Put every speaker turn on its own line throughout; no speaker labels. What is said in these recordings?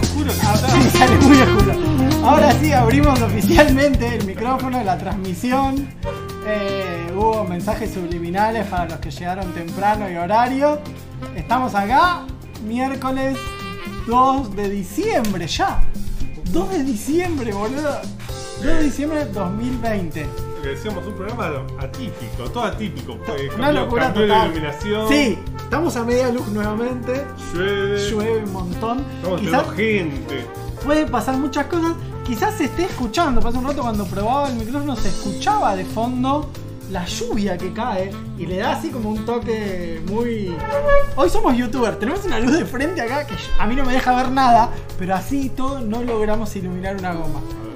oscuro.
Sí, sale muy oscuro. Ahora sí, abrimos oficialmente el micrófono de la transmisión. Eh, hubo mensajes subliminales para los que llegaron temprano y horario. Estamos acá, miércoles 2 de diciembre ya. 2 de diciembre, boludo. 2 de diciembre de 2020.
Lo que decíamos, un programa atípico, todo atípico. pues, porque
Una
cambió-
locura
cambió la
total.
iluminación,
Sí, estamos a media luz nuevamente.
llueve,
Llueve un montón.
estamos
Quizás
teniendo gente.
puede pasar muchas cosas. Quizás se esté escuchando. Pasó un rato cuando probaba el micrófono, se escuchaba de fondo la lluvia que cae y le da así como un toque muy. Hoy somos youtubers, tenemos una luz de frente acá que a mí no me deja ver nada, pero así y todo no logramos iluminar una goma.
A ver,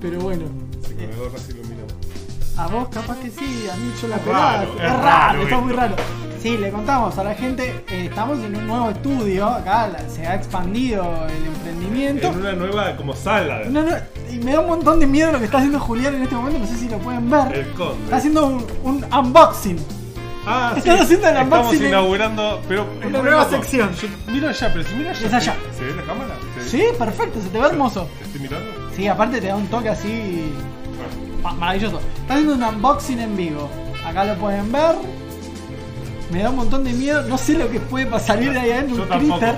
Pero bueno,
si con
eh,
el gorro se ilumina.
a vos capaz que sí, a mí yo la
Es
pegaba.
raro,
Es
es
raro,
raro
está muy
esto.
raro. Sí, le contamos a la gente, eh, estamos en un nuevo estudio, acá la- se ha expandido el emprendimiento.
En una nueva como sala.
No, no, y me da un montón de miedo lo que está haciendo Julián en este momento, no sé si lo pueden ver.
El
Está
conde.
haciendo un, un unboxing.
Ah,
Están haciendo el
Estamos
unboxing en-
inaugurando, pero
Una nueva sección.
Mira allá, pero si mira allá.
Es allá.
¿se- ¿Se ve la cámara? ¿Se-
Sí, perfecto, se te ve hermoso.
¿Te estoy mirando?
Sí, aparte te da un toque así
Bueno,
ma- maravilloso. Está haciendo un unboxing en vivo. Acá lo pueden ver. Me da un montón de miedo, no sé lo que puede pa- salir de ahí adentro,
yo
un
tampoco.
critter.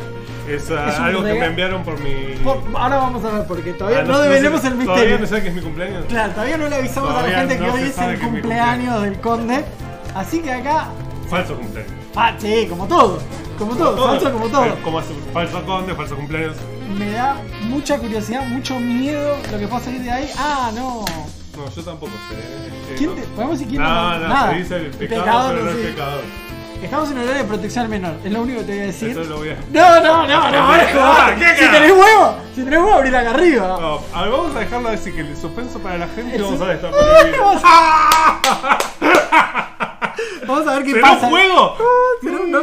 Es, ah,
Es un
algo que
regalo.
me enviaron por mi.
Por- ahora vamos a ver, porque todavía
Ah,
no,
sé-
develemos
sé-
el
Todavía
misterio.
no sé que es mi cumpleaños.
Claro, todavía no le avisamos
Todavía
a la gente
no
que hoy
se
es
sabe
el
que es mi
cumpleaños del conde. Así que acá
Falso cumpleaños.
Ah, sí, como todo. Como todo, falso como todo.
Como hace- falso conde, falso cumpleaños.
Me da mucha curiosidad, mucho miedo lo que pueda salir de ahí. Ah, no.
No, yo tampoco sé. eh,
¿Quién
no.
te- podemos decir quién
No,
nos-
no,
nada.
se dice el
El
pecado,
pecador,
pero no
sí.
el pecador.
Estamos en horario de protección al menor, es lo único que te voy a decir.
Eso lo voy a.
No, no, no, no, ahora es
Ah,
como-
¿qué
Si
cara?
tenés huevo, si tenés huevo, abrir acá arriba.
No, a ver, vamos a dejarlo así que el suspenso para la gente
El
vamos
sus-
a estar prohibido.
Vamos Vamos a ver qué
¿Será
pasa. Ah,
un juego?
Pero no, yo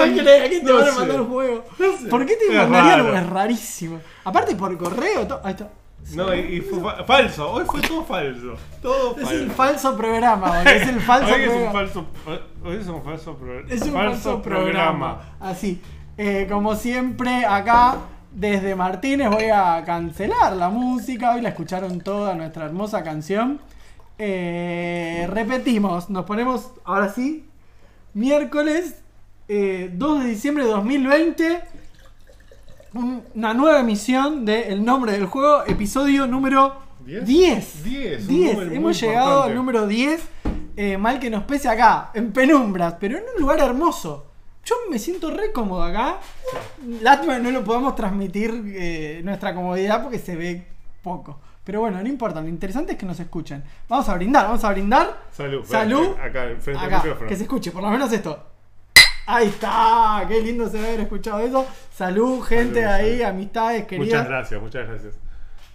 Mm,
creo que te
no
van a
sé.
mandar un juego.
sé.
¿Por qué te
Es
mandaría
raro.
algo? Es rarísimo. Aparte por correo, to- ahí está.
No, y, y fue fa- falso. Hoy fue todo falso. Todo
Es
falso.
el falso programa, boludo. Es el falso
hoy es un
programa.
falso. Hoy es un falso, pro-
Es un falso programa. Así. Eh, como siempre, acá desde Martínez voy a cancelar la música. Hoy la escucharon toda nuestra hermosa canción. Eh, repetimos, nos ponemos ahora sí. Miércoles eh, 2 de diciembre de 2020. un- Una nueva emisión de El nombre del juego, episodio número
¿Diez?
10.
Diez, un
10.
número muy
Hemos llegado al
importante.
número 10. eh, mal que nos pese acá, en penumbras, pero en un lugar hermoso. Yo me siento re cómodo acá. Lástima que no lo podamos transmitir eh, nuestra comodidad porque se ve poco. Pero bueno, no importa. Lo interesante es que nos escuchen. Vamos a brindar, vamos a brindar.
Salud.
Salud.
Acá, enfrente del
Acá,
micrófono.
que se escuche, por lo menos esto. Ahí está, qué lindo se haber escuchado eso. Salud, gente
Salud,
ahí,
salud.
amistades,
Muchas
queridas.
gracias, muchas gracias.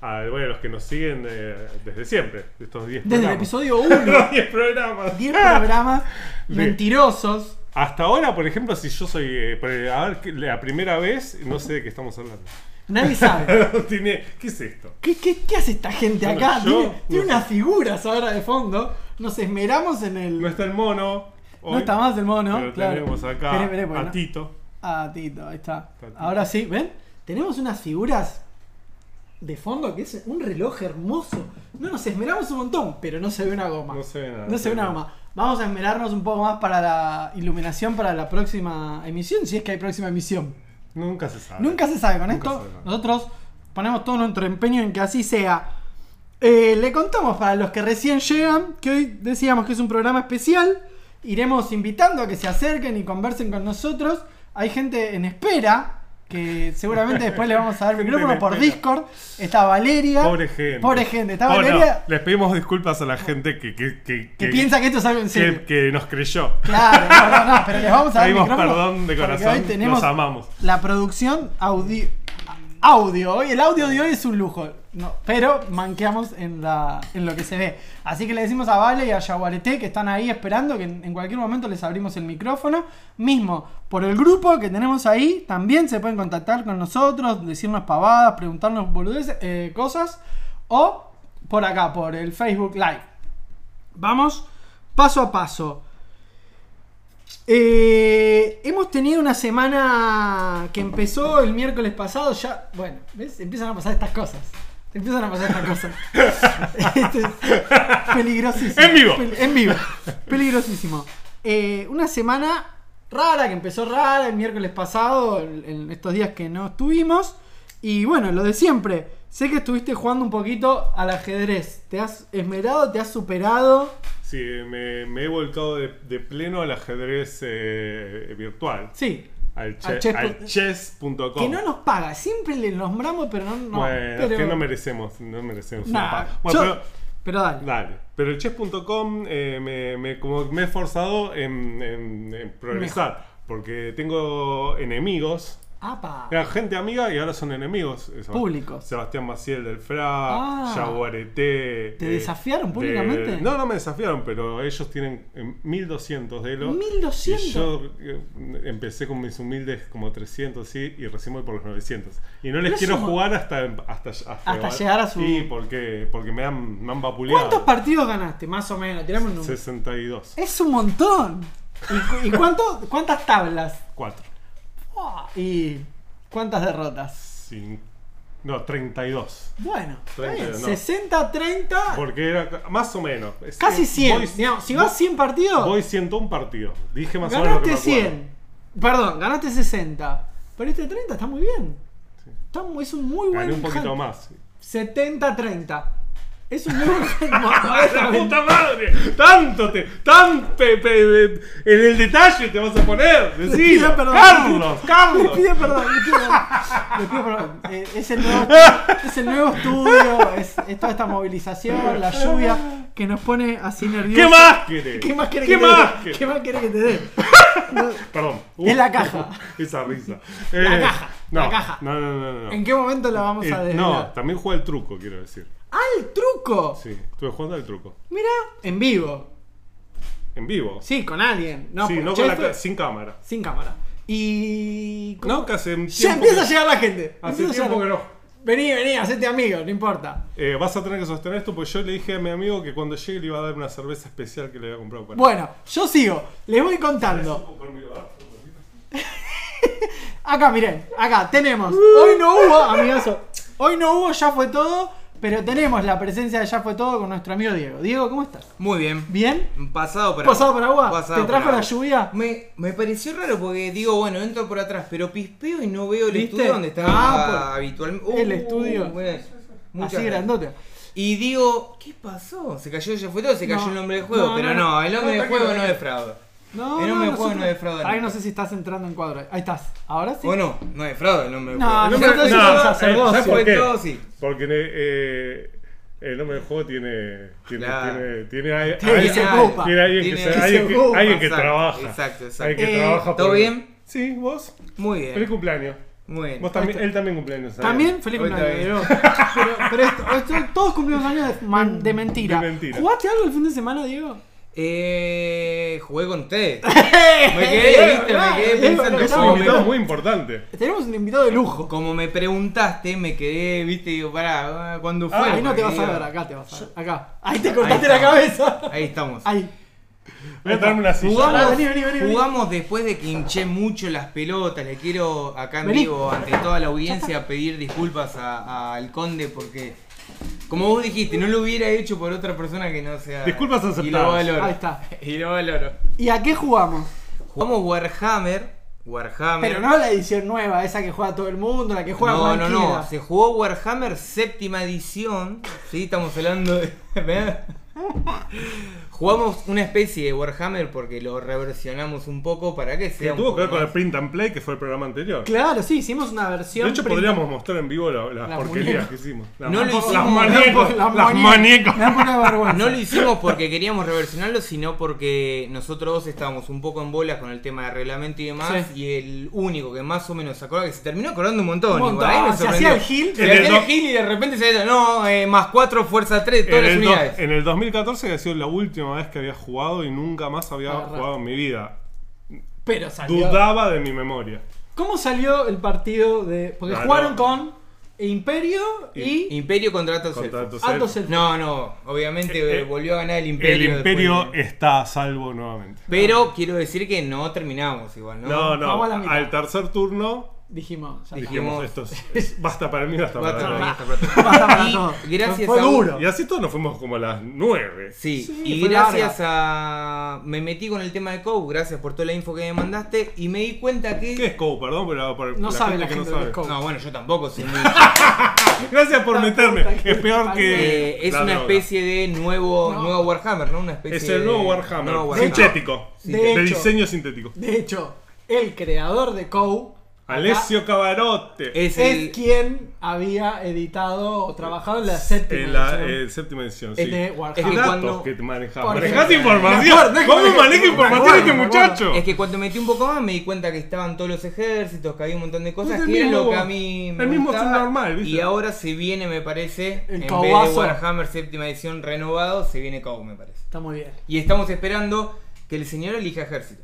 A bueno, los que nos siguen eh, desde siempre, de estos 10
Desde el
programas.
episodio 1,
Los 10 programas.
10 programas
Sí.
mentirosos.
Hasta ahora, por ejemplo, si yo soy. eh, por- a ver, que- la primera vez, no sé de qué estamos hablando.
Nadie sabe.
Tiene, ¿Qué es esto?
¿Qué, qué, qué hace esta gente
Bueno,
acá?
yo
tiene
no
tiene
sé.
unas figuras ahora de fondo. Nos esmeramos en el.
No
No,
está el mono. hoy,
está más el mono,
Pero
claro.
tenemos acá
Esperé, esperé, porque
a
no-
Tito.
Ah, Tito, ahí está.
Está Tito.
Ahora sí, ¿ven? Tenemos unas figuras de fondo que es un reloj hermoso. No nos esmeramos un montón, pero no se ve una goma.
No se ve nada.
No se ve una goma. Vamos a esmerarnos un poco más para la iluminación para la próxima emisión, si es que hay próxima emisión.
Nunca se sabe.
Nunca se sabe con
Nunca
esto.
se sabe.
Nosotros ponemos todo nuestro empeño en que así sea. Eh, le contamos para los que recién llegan que hoy decíamos que es un programa especial. Iremos invitando a que se acerquen y conversen con nosotros. Hay gente en espera que seguramente después le vamos a dar
Gente
micrófono
en
por
espera.
Discord. Está Valeria.
Pobre gente.
Pobre gente. Está
Oh, no,
Valeria
Les pedimos disculpas a la gente que, que, que,
que piensa que esto es algo en serio.
que, que nos creyó.
Claro, no, no, no, pero les vamos a dar
Pedimos
micrófono
perdón de
porque
corazón.
Hoy tenemos
Los amamos.
la producción audio. Audio, hoy el audio de hoy es un lujo, no, pero manqueamos en, la, en lo que se ve. Así que le decimos a Vale y a Yaguareté que están ahí esperando, que en, en cualquier momento les abrimos el micrófono. Mismo, por el grupo que tenemos ahí, también se pueden contactar con nosotros, decirnos pavadas, preguntarnos boludeces, eh, cosas, o por acá, por el Facebook Live. Vamos paso a paso. Eh, hemos tenido una semana que empezó el miércoles pasado. Ya, bueno, ¿ves? Empiezan a pasar estas cosas. Empiezan a pasar estas cosas. Esto es peligrosísimo.
En vivo.
Pel- en vivo. Peligrosísimo. Eh, una semana rara que empezó rara el miércoles pasado, en en estos días que no estuvimos. Y bueno, lo de siempre. Sé que estuviste jugando un poquito al ajedrez. ¿Te has esmerado? ¿Te has superado?
Sí, me, me he volcado de, de pleno al ajedrez eh, virtual.
Sí,
Al,
Al
che-
chess-
al chess.com.
Que no nos paga, siempre le nombramos, pero no. no
bueno,
pero,
es que no merecemos, no merecemos un
Nah,
pago.
yo-
Bueno,
pero, dale.
pero, dale. Pero el chess.com eh, me, me- como me he esforzado en, en- en progresar. Porque tengo enemigos.
Apa.
Era gente amiga y ahora son enemigos. Eh, Sebast-
Públicos.
Sebastián Maciel del FRA,
Ah.
Yaguareté.
¿Te desafiaron públicamente?
no, no me desafiaron, pero ellos tienen eh, 1200 de elo.
1200.
Y yo eh, empecé con mis humildes como 300 sí, y recién voy por los 900. Y no les
Pero
quiero
eso-
jugar hasta, hasta,
Hasta llegar a su-
Sí, porque, porque me han, me han vapuleado.
¿Cuántos partidos ganaste? Más o menos, tirame un número.
62.
Es un montón. ¿Y, cu- y cuánto- cuántas tablas? Ah,
4.
Buah, ¿Y cuántas derrotas?
No, 32.
Bueno, eh, está bien,
30, no.
60, 30,
Porque era más o menos. Es-
casi
eh,
100.
voy-
Digamos, si vas 100 partidos,
Voy 101 partido. Dije más o menos lo que
ganaste
me acuerdo.
100. Perdón, ganaste 60. Pero este 30 está muy bien.
Sí.
Está mu- es un muy buen
Gané un poquito
hand.
más.
70-30. Es un número que- no,
¡La
honestamente,
puta madre! ¡Tanto te! ¡Tan pe- pe- pe- en el detalle te vas a poner!
le
¡Decilo!
pido perdón.
¡Carlos!
Le
¡Carlos!
pido perdón, le pido perdón. Le pido perdón. Eh, es, el nuevo, es el nuevo estudio, es, es toda esta movilización, la lluvia que nos pone así nerviosos.
¿Qué más querés?
¿Qué más quiere
¿Qué
que te
más
dé?
querés?
¿Qué más quiere que te dé? No,
Perdón. Uh,
Es la caja.
Esa risa.
La
Eh,
caja,
No,
la caja.
No, no, no, no.
¿En qué momento la vamos
Eh,
a
no,
desvelar?
también juega el truco, quiero decir.
¡Ah, el truco!
Sí, estuve jugando al truco.
Mira, en vivo.
En vivo.
Sí, con alguien. No,
sí,
porque
no
yo
con la
estoy-
ca- sin cámara.
sin cámara. Y.
No, que hace un
Ya
tiempo
empieza a
que-
llegar la gente.
Hace
Empieza a
tiempo que
llegar.
no.
Vení, vení, hacete amigo, no importa.
Eh, vas a tener que sostener esto porque yo le dije a mi amigo que cuando llegue le iba a dar una cerveza especial que le había comprado para
Bueno, yo sigo, les voy contando. Acá, miren, acá tenemos. Hoy no hubo, amigazo. Hoy no hubo, ya fue todo, pero tenemos la presencia de ya fue todo con nuestro amigo Diego. Diego, ¿cómo estás?
Muy bien.
¿Bien?
Pasado por
¿Pasado por agua?
Pasado
¿Te
por
trajo la
agua.
lluvia?
Me, me pareció raro porque digo, bueno, entro por atrás, pero pispeo y no veo el
¿Viste?
estudio donde estaba Uh,
Ah, por-
habitualmente.
el estudio.
bueno, muchas gracias.
Así grandote.
Y digo, ¿qué pasó? Se cayó ya fue todo, se cayó
No.
el nombre del juego,
No,
pero
no,
no,
no.
el nombre
No,
del juego
tranquilo,
no defrauda.
No,
El nombre
no,
del
nosotros-
juego no defrauda
Ahí no
nunca.
sé si estás entrando en cuadro. Ahí estás. Ahora sí.
O no, no defrauda el nombre del
No,
juego. El
no,
nombre
no,
del
no,
juego-
no,
ya
sacerdocio.
fue
¿Por qué?
todo, sí.
Porque eh, el nombre del juego tiene. Tiene.
Claro.
Tiene, tiene, a-
Tiene
alguien-
que se
Claro.
ocupa.
tiene alguien que,
Tiene-
se-
que
alguien
se
que-
ocupa.
alguien que
Exacto,
trabaja.
exacto, exacto.
Alguien que
Eh,
trabaja
¿Todo
por-
bien?
Sí, vos.
Muy
Feliz
bien.
cumpleaños.
Muy bien.
Vos también, él también cumpleaños. ¿sabes?
También, feliz
Hoy
cumpleaños,
también.
Diego. Pero, pero esto- esto- todos cumplimos años de, man- de mentira.
De mentira.
¿Jugaste algo el fin de semana, Diego?
Eh, jugué con ustedes.
me
quedé, ¿viste? Me quedé pensando
Es un
No,
invitado
pero-
muy importante.
Tenemos un invitado de lujo.
Como me preguntaste, me quedé, viste, digo, pará, ¿cuándo fue?
Ah,
Ahí no te vas
Porque
a ver,
digo,
acá te vas a ver. Acá. Ahí te cortaste
Ahí
la
está.
cabeza.
Ahí estamos.
Ahí.
Voy a traerme una silla.
Jugamos,
Vení, vení, vení, vení.
jugamos después de que hinché mucho las pelotas. Le quiero acá en
Vení.
vivo, ante toda la audiencia, pedir disculpas a- al conde porque, como vos dijiste, no lo hubiera hecho por otra persona que no sea.
Disculpas
Y lo
aceptadas.
valoro.
Ahí está.
Y lo valoro.
¿Y a qué jugamos?
Jugamos Warhammer. Warhammer.
Pero no la edición nueva, esa que juega todo el mundo, la que juega
No, no,
cualquiera.
no. Se jugó Warhammer séptima edición. Sí, estamos hablando de. ¿Ven? Jugamos una especie de Warhammer porque lo reversionamos un poco para que
Que
sea. un
tuvo que ver
poco
con el
más-
print and play, que fue el programa anterior.
Claro, sí, hicimos una versión.
De hecho,
print-
podríamos mostrar en vivo la- las
Las muñecas.
porquerías que hicimos. Las-
No lo
las
hicimos,
muñecas,
Las
Las
muñecas.
muñecas.
Me da un poco de vergüenza.
No lo hicimos porque queríamos reversionarlo, sino porque nosotros dos estábamos un poco en bolas con el tema de reglamento y demás.
Sí.
Y el único que más o menos se acordaba que se terminó acordando un montón.
Un
igual,
montón, Ah,
ahí me
se
sorprendió.
hacía el gil.
Se
En el
hacía el
do-
gil y de repente se decía, no, eh, más 4, fuerza 3, todas
en,
las
el do-
unidades.
en el 2014 había sido la última vez que había jugado y nunca más había
Agarrá.
jugado en mi vida.
Pero salió.
Dudaba de mi memoria.
¿Cómo salió el partido de.? Porque
Ganó.
jugaron con. Imperio y.
Imperio contra Atos
Contra
Elfos.
Atos
Atos Elfos.
No, no, obviamente
Eh, eh,
volvió a ganar el
El
Imperio.
imperio
después de-
está a salvo nuevamente.
Pero quiero decir que no terminamos igual, ¿no?
No, no.
Vamos a la mitad.
Al tercer turno
Dijimos. ya está.
dijimos esto es- basta para mí, basta
Basta
para
para
mí.
mí, basta para
Basta para
Y
todos.
gracias
Fue
a-
duro.
Y así todos nos fuimos como a las nueve.
Sí,
Sí,
y
fue
gracias a. Me metí con el tema de Cow, gracias por toda la info que me mandaste y me di cuenta que.
¿Qué es COU? Perdón, pero para
No
la
sabe
gente
la
que
gente
no
lo
sabe.
que es COU.
No, bueno, yo tampoco soy muy-
Gracias por
Puta
meterme.
que-
Es peor que.
Eh, es
la
una
droga.
especie de nuevo,
No.
nuevo Warhammer, ¿no? Una especie
Es el nuevo
de-
Warhammer.
nuevo
Sintético.
De
De,
hecho.
diseño sintético.
De hecho, el creador de COU. acá,
Alessio Cavarote.
Es
Es,
el-
quien había editado o trabajado en la séptima.
En la
edición.
eh, séptima edición.
El
sí.
de
¿Qué
Warhammer.
Es que
datos
cuando-
que te manejás?
Por
¿Manejás
ejemplo,
información?
me acuerdo, es que
¿Cómo
me-
maneja
me
información
acuerdo,
este
me
muchacho?
Es que cuando metí un poco más me di cuenta que estaban todos los ejércitos, que había un montón de cosas,
Es el
que era lo
mismo-
que a mí me
el mismo
gustaba.
normal, ¿viste?
Y ahora se viene, me parece,
El
en vez
Cowbazo.
de Warhammer séptima edición renovado, se viene Cow, me parece.
Está muy bien.
Y estamos esperando que el señor elija ejército.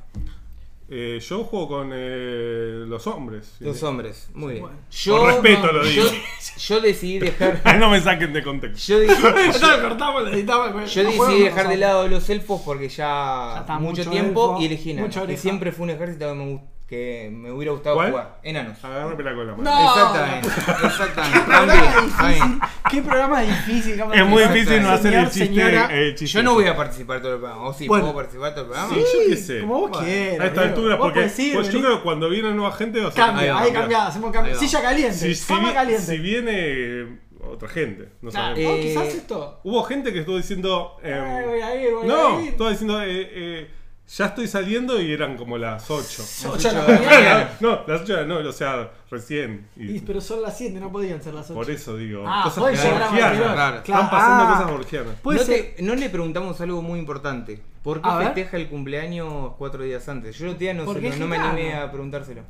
Eh, yo juego con eh, los hombres. sí.
Los hombres, muy bien.
Bueno.
Yo,
Con respeto lo
yo,
digo.
yo decidí dejar.
Ah, no me saquen de contexto.
Yo decidí,
Ya lo cortamos, lo editamos, güey.
yo
No
decidí
podemos,
dejar de
no.
lado los elfos porque ya,
Ya está,
mucho,
mucho
tiempo
elfo,
y elegí enanos.
mucha
que
oreja.
siempre fue un ejército que me, gust- que me hubiera gustado
¿Cuál?
jugar. Enanos.
Agárrame la cola. pues. man.
No.
Exactamente, exactamente.
Programa
También,
difícil.
también.
Qué programa difícil. capaz
Es muy
que-
difícil no hacer el
Señor,
chiste.
señora,
eh, el chiste.
Yo no voy a participar todo el programa. O sí,
Bueno.
puedo participar todo el programa.
Sí, yo qué sé.
Como vos
Bueno,
quieras.
A esta
amigo.
altura,
Vos
porque
podés ir,
pues, yo
venir.
creo que cuando viene nueva gente, o sea,
Cambia, ahí,
Ahí va,
cambia,
claro.
hacemos cambio.
Ahí va.
Silla caliente,
si, si
cama
vi-
caliente.
si viene eh, otra gente, no
Claro,
sabemos.
o
Oh,
Eh,
quizás esto.
Hubo gente que estuvo diciendo. em,
Ay, voy a ir, voy
no,
a ir.
estaba diciendo, eh, eh, ya estoy saliendo y eran como las 8.
Ocho de la
Ocho de la
mañana.
mañana.
no, las 8 de la noche, o sea, recién. Y
Y- Pero son las 7, no podían ser las 8.
por eso digo,
Ah,
cosas
pueden llegar a
borgianas.
cualquier
hora.
Están
Claro.
pasando
Ah.
cosas borgianas.
Puede
no,
ser.
te- no le preguntamos algo muy importante. ¿Por qué
A ver.
festeja el cumpleaños cuatro días antes? Yo el otro día no,
Porque
se lo-
es
no me
gitano.
animé a preguntárselo.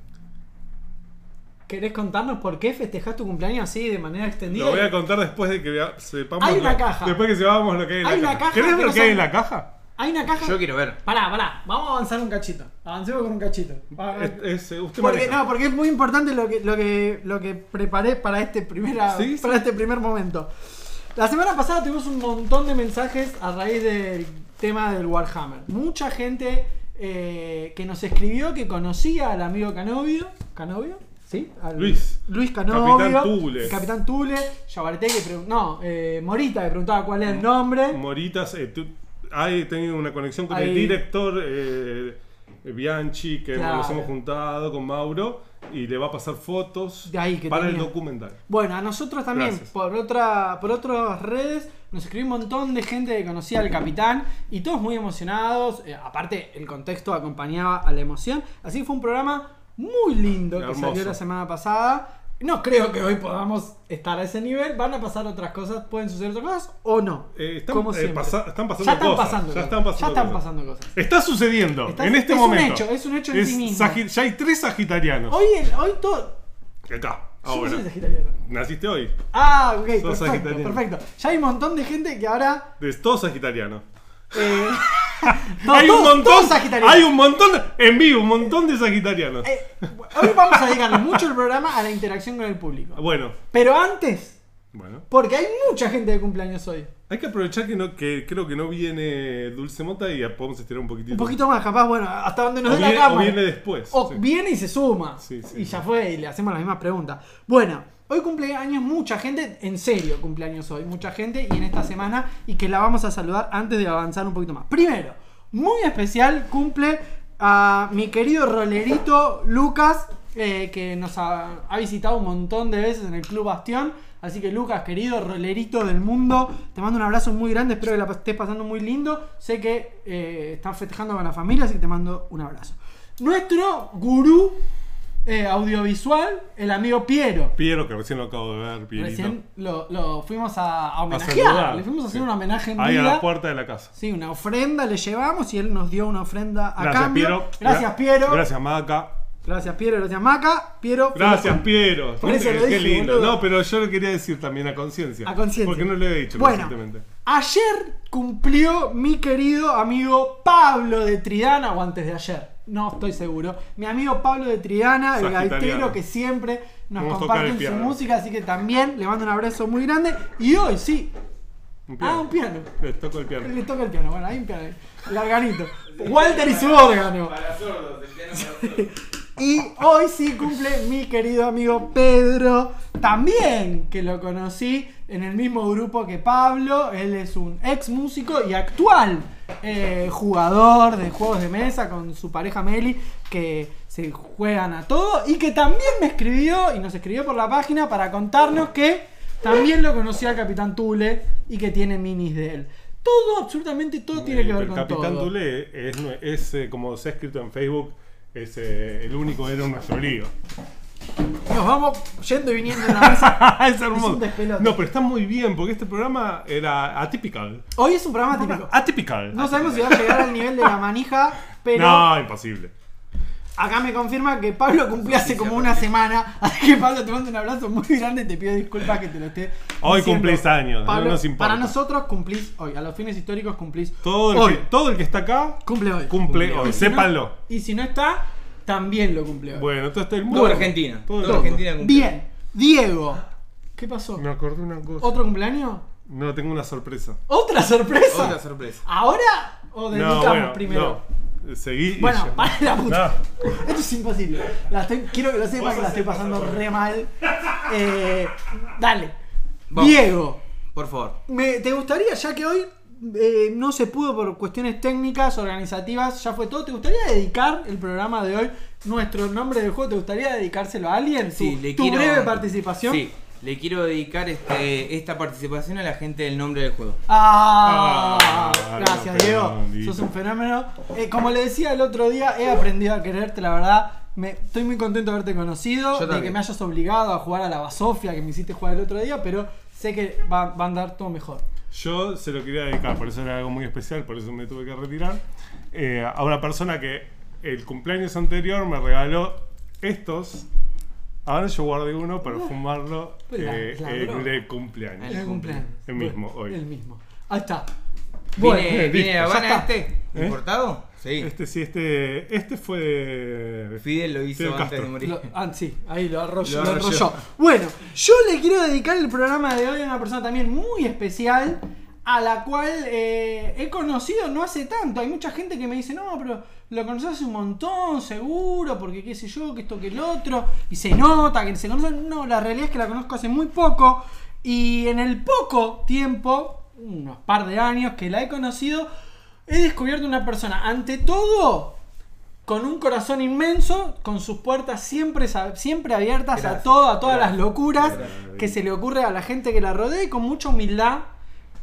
¿Querés contarnos por qué festejás tu cumpleaños así de manera extendida?
Lo voy a contar después de que vea- sepamos.
Hay una
lo-
caja.
Después que sepamos lo que hay en
Hay
la
una
caja.
caja
¿Querés
que
ver
no
lo que hay en
sabe-
la caja?
Hay una caja.
Yo quiero ver.
Pará, pará. Vamos a avanzar un cachito. Avancemos con un cachito. Vamos a-
Es- es- eh, usted
Porque,
maneja.
no, porque es muy importante lo que, lo que, lo que preparé para este, primera,
Sí, sí.
para este primer momento. La semana pasada tuvimos un montón de mensajes a raíz del tema del Warhammer. Mucha gente eh, que nos escribió que conocía al amigo Canovio. ¿Canovio? ¿Sí? Al-
Luis.
Luis Canovio.
Capitán Tule.
Capitán Tule. Yabarté que pregun- No, eh, Morita que preguntaba cuál
Mm.
era el nombre.
Moritas, eh, tú- hay tenido una conexión con el
Ahí.
director eh, Bianchi, que
Claro.
nos hemos juntado con Mauro, y le va a pasar fotos
De ahí que
para
tenía.
el documental.
Bueno, a nosotros también,
Gracias.
por otra, por otras redes, nos escribió un montón de gente que conocía al capitán y todos muy emocionados. Eh, aparte, el contexto acompañaba a la emoción. Así que fue un programa muy lindo que
Hermoso.
salió la semana pasada. No creo que hoy podamos estar a ese nivel. Van a pasar otras cosas, pueden suceder otras cosas o no.
Eh, están,
Como
eh,
siempre.
pasa- están pasando
ya están
cosas,
pasando
ya
cosas.
están pasando
ya están
cosas.
pasando cosas.
Está sucediendo
Está-
en este
es un
momento.
hecho, es un hecho en sí mismo.
sagi- Ya hay tres sagitarianos.
Hoy, el- hoy todo.
Acá,
Yo no
ahora.
soy sagitariano.
Naciste hoy.
Ah, ok, perfecto,
sagitariano.
perfecto. Ya hay un montón de gente que ahora
De todos sagitarianos.
Eh, no,
hay un
todos-
montón.
todos sagitarianos.
Hay un montón. En vivo, un montón de sagitarianos.
Eh, hoy vamos a dedicarle mucho el programa a la interacción con el público.
Bueno,
Pero antes,
bueno.
porque hay mucha gente de cumpleaños hoy.
Hay que aprovechar que, no, que creo que no viene Dulce Mota y podemos estirar un poquitito.
Un poquito más, capaz, bueno, hasta donde nos
o
dé la
viene, o
cámara. Oh.
viene después.
O
sí.
viene y se suma.
Sí, sí,
y
sí.
ya fue, y le hacemos las mismas preguntas. Bueno, hoy cumpleaños mucha gente, en serio cumpleaños hoy, mucha gente, y en esta semana, y que la vamos a saludar antes de avanzar un poquito más. Primero, muy especial, cumple a mi querido rolerito Lucas, eh, que nos ha, ha visitado un montón de veces en el Club Bastión. Así que Lucas, querido rolerito del mundo, te mando un abrazo muy grande, espero que la estés pasando muy lindo. Sé que eh, estás festejando con la familia, así que te mando un abrazo. Nuestro gurú eh, audiovisual, el amigo Piero.
Piero, que recién lo acabo de ver, Pierito.
Recién lo, lo fuimos a, a
A
homenajear.
saludar.
Le fuimos a hacer
Sí.
un homenaje en
Ahí a
vida.
la puerta de la casa.
Sí, una ofrenda le llevamos y él nos dio una ofrenda a
Gracias,
cambio.
Piero.
Gracias, Piero. Gracias.
Gracias, Maca.
Piero. Gracias, Maca. Piero.
Gracias,
feliz-
Piero.
Por eso
Qué
lo dije,
lindo.
boludo.
No, pero yo lo quería decir también a conciencia.
A conciencia.
Porque no lo he dicho
Bueno,
recientemente.
ayer cumplió mi querido amigo Pablo de Tridana, o antes de ayer, no estoy seguro. Mi amigo Pablo de Tridana, el
Sagitariano.
gaitero que siempre nos
Vamos a tocar el
comparten su
piano.
música, así que también le mando un abrazo muy grande. Y hoy sí,
Un piano.
ah, un piano.
Le toco el piano.
Le toca el piano, bueno, hay un piano, ahí. el organito. Walter y su órgano.
Para sordos, el piano para sordos.
Y hoy sí cumple mi querido amigo Pedro, también que lo conocí en el mismo grupo que Pablo. Él es un ex músico y actual eh, jugador de juegos de mesa con su pareja Meli, que se juegan a todo y que también me escribió y nos escribió por la página para contarnos que también lo conocía al Capitán Tule y que tiene minis de él. Todo, absolutamente todo tiene que ver
el
con
Capitán
todo.
Tule es, nue- es, eh, como se ha escrito en Facebook, es eh, el único héroe en nuestro lío.
Nos vamos yendo y viniendo en la mesa.
es hermoso.
un despelote.
no, pero está muy bien porque este programa era atypical.
Hoy es un programa típico.
Atypical.
No sabemos si va a llegar al nivel de la manija, pero
No, imposible.
acá me confirma que Pablo cumplió hace como una semana. Así que Pablo, te mando un abrazo muy grande y te pido disculpas que te lo esté.
Hoy
diciendo.
cumplís años, no
Pablo,
nos importa.
Para nosotros cumplís hoy, a los fines históricos cumplís
Todo el,
hoy.
que, todo el que está acá
Cumple hoy.
cumple hoy.
Y si no-
Sépanlo.
y si no está, también lo cumple hoy.
Bueno, entonces todo el mundo.
Todo Argentina.
Todo el
Todo
mundo.
Argentina cumple.
Bien, Diego. ¿Qué pasó?
Me acordé una cosa.
¿Otro cumpleaños?
No, tengo una sorpresa.
¿Otra sorpresa?
Otra sorpresa.
¿Ahora o dedicamos
no, bueno,
primero?
no. Seguí. y
Bueno,
ya. Ah,
para la puta.
No.
Esto es imposible. La estoy- quiero que lo sepas que la estoy pasando re mal. Eh, dale.
Vamos.
Diego,
Por favor.
me- ¿te gustaría, ya que hoy eh, no se pudo por cuestiones técnicas, organizativas, ya fue todo, ¿te gustaría dedicar el programa de hoy, nuestro nombre del juego, ¿te gustaría dedicárselo a alguien?
Sí,
tu,
le
tu
quiero-
breve participación.
Sí, le quiero dedicar este, esta participación a la gente del nombre del juego.
Ah,
Ah,
gracias,
no,
Diego.
Fernandito.
Sos un fenómeno. Eh, como le decía el otro día, he aprendido a quererte, la verdad. Me, estoy muy contento de haberte conocido,
Yo
de
también.
que me hayas obligado a jugar a la basofia que me hiciste jugar el otro día, pero sé que va, va a andar todo mejor.
Yo se lo quería dedicar, por eso era algo muy especial, por eso me tuve que retirar. eh, a una persona que el cumpleaños anterior me regaló estos. Ahora yo guardé uno para fumarlo
Pero Ah, pues la-
eh,
la
en
droga.
el cumpleaños.
El
El cumpleaños.
El mismo, hoy.
El mismo. Ahí está. Bueno,
¿Viene,
listo,
viene de
ya
Habana
está.
este?
¿Eh?
¿Importado? Sí.
Este sí, este, este fue de-
Fidel lo hizo
Fidel
antes
Castro.
de morir.
lo- ah, sí, ahí lo arrolló.
Lo
lo
arrolló.
arrolló. Bueno, yo le quiero dedicar el programa de hoy a una persona también muy especial, a la cual eh, he conocido no hace tanto. Hay mucha gente que me dice, no, pero lo conoces hace un montón, seguro, porque qué sé yo, que esto, que el otro, y se nota que se conocen. No, la realidad es que la conozco hace muy poco, y en el poco tiempo, unos par de años que la he conocido, he descubierto una persona, ante todo, con un corazón inmenso, con sus puertas siempre, sa- siempre abiertas a
Gracias.
todo, a todas las
Gracias.
locuras
Gracias.
que se le ocurre a la gente que la rodea y con mucha humildad,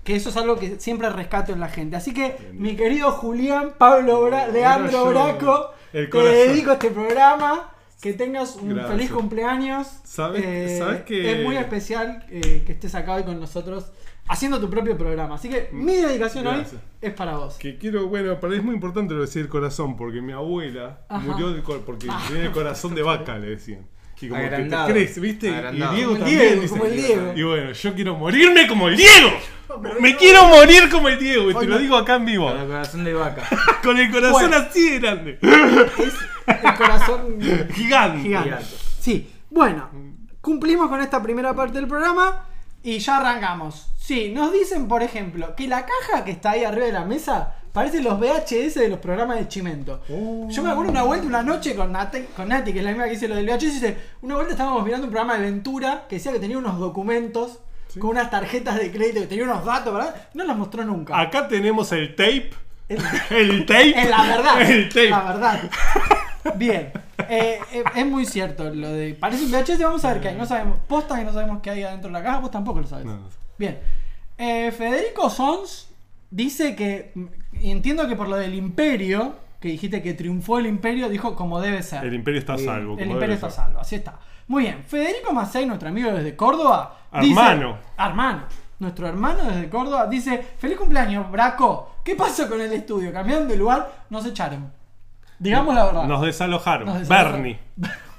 que eso es algo que siempre rescato en la gente. Así que, mi querido Julián, Pablo, Bra- Leandro
yo,
Braco,
el
te
corazón.
dedico este programa. Que tengas un
Gracias.
feliz cumpleaños. Eh,
¿Sabes- sabes que-
Es muy especial eh, que estés acá hoy con nosotros haciendo tu propio programa. Así que mi dedicación hoy
Mm. Gracias.
es para vos.
Que quiero, bueno, para mí es muy importante lo que decía el corazón, porque mi abuela
Ajá. Ah.
murió del cor- porque tenía el corazón de vaca, le decían. Y como
Agrandado.
que te crece, ¿viste?
Agrandado.
Y Diego
Como el
también
Diego,
dice.
como el Diego.
Y bueno, yo quiero morirme como el Diego. Me quiero morir como el Diego, y te
Hoy
lo
no.
digo acá en vivo.
Con el corazón de vaca.
Con el corazón
Bueno.
así de grande.
El corazón
Gigante.
Gigante. Sí, bueno, cumplimos con esta primera parte del programa y ya arrancamos. Sí, nos dicen, por ejemplo, que la caja que está ahí arriba de la mesa parece los VHS de los programas de Chimento.
Oh.
Uh. Yo me acuerdo una vuelta, una noche con Nati, con Nati, que es la misma que hice lo del VHS, dice, una vuelta estábamos mirando un programa de Ventura que decía que tenía unos documentos
Sí.
con unas tarjetas de crédito, que tenía unos datos, ¿verdad? No los mostró nunca.
Acá tenemos el tape.
El-
El tape.
es la verdad.
El tape.
La verdad. Bien. Eh, eh, es muy cierto lo de. Parece un VHS, vamos a ver qué hay. No sabemos. Posta que no sabemos qué hay adentro de la caja, vos tampoco lo sabes.
No, no sé.
Bien. Eh, Federico Sons dice que. y Entiendo que por lo del imperio, que dijiste que triunfó el imperio, dijo como debe ser.
El imperio está a
Bien.
salvo.
El
como
imperio
debe
está a
ser.
salvo, así está. Muy bien, Federico Macei, nuestro amigo desde Córdoba.
Hermano.
dice- hermano. Nuestro hermano desde Córdoba dice: Feliz cumpleaños, Braco. ¿Qué pasó con el estudio? Cambiaron de lugar, nos echaron. Digamos la verdad.
Nos desalojaron.
Nos desalojaron.
Bernie.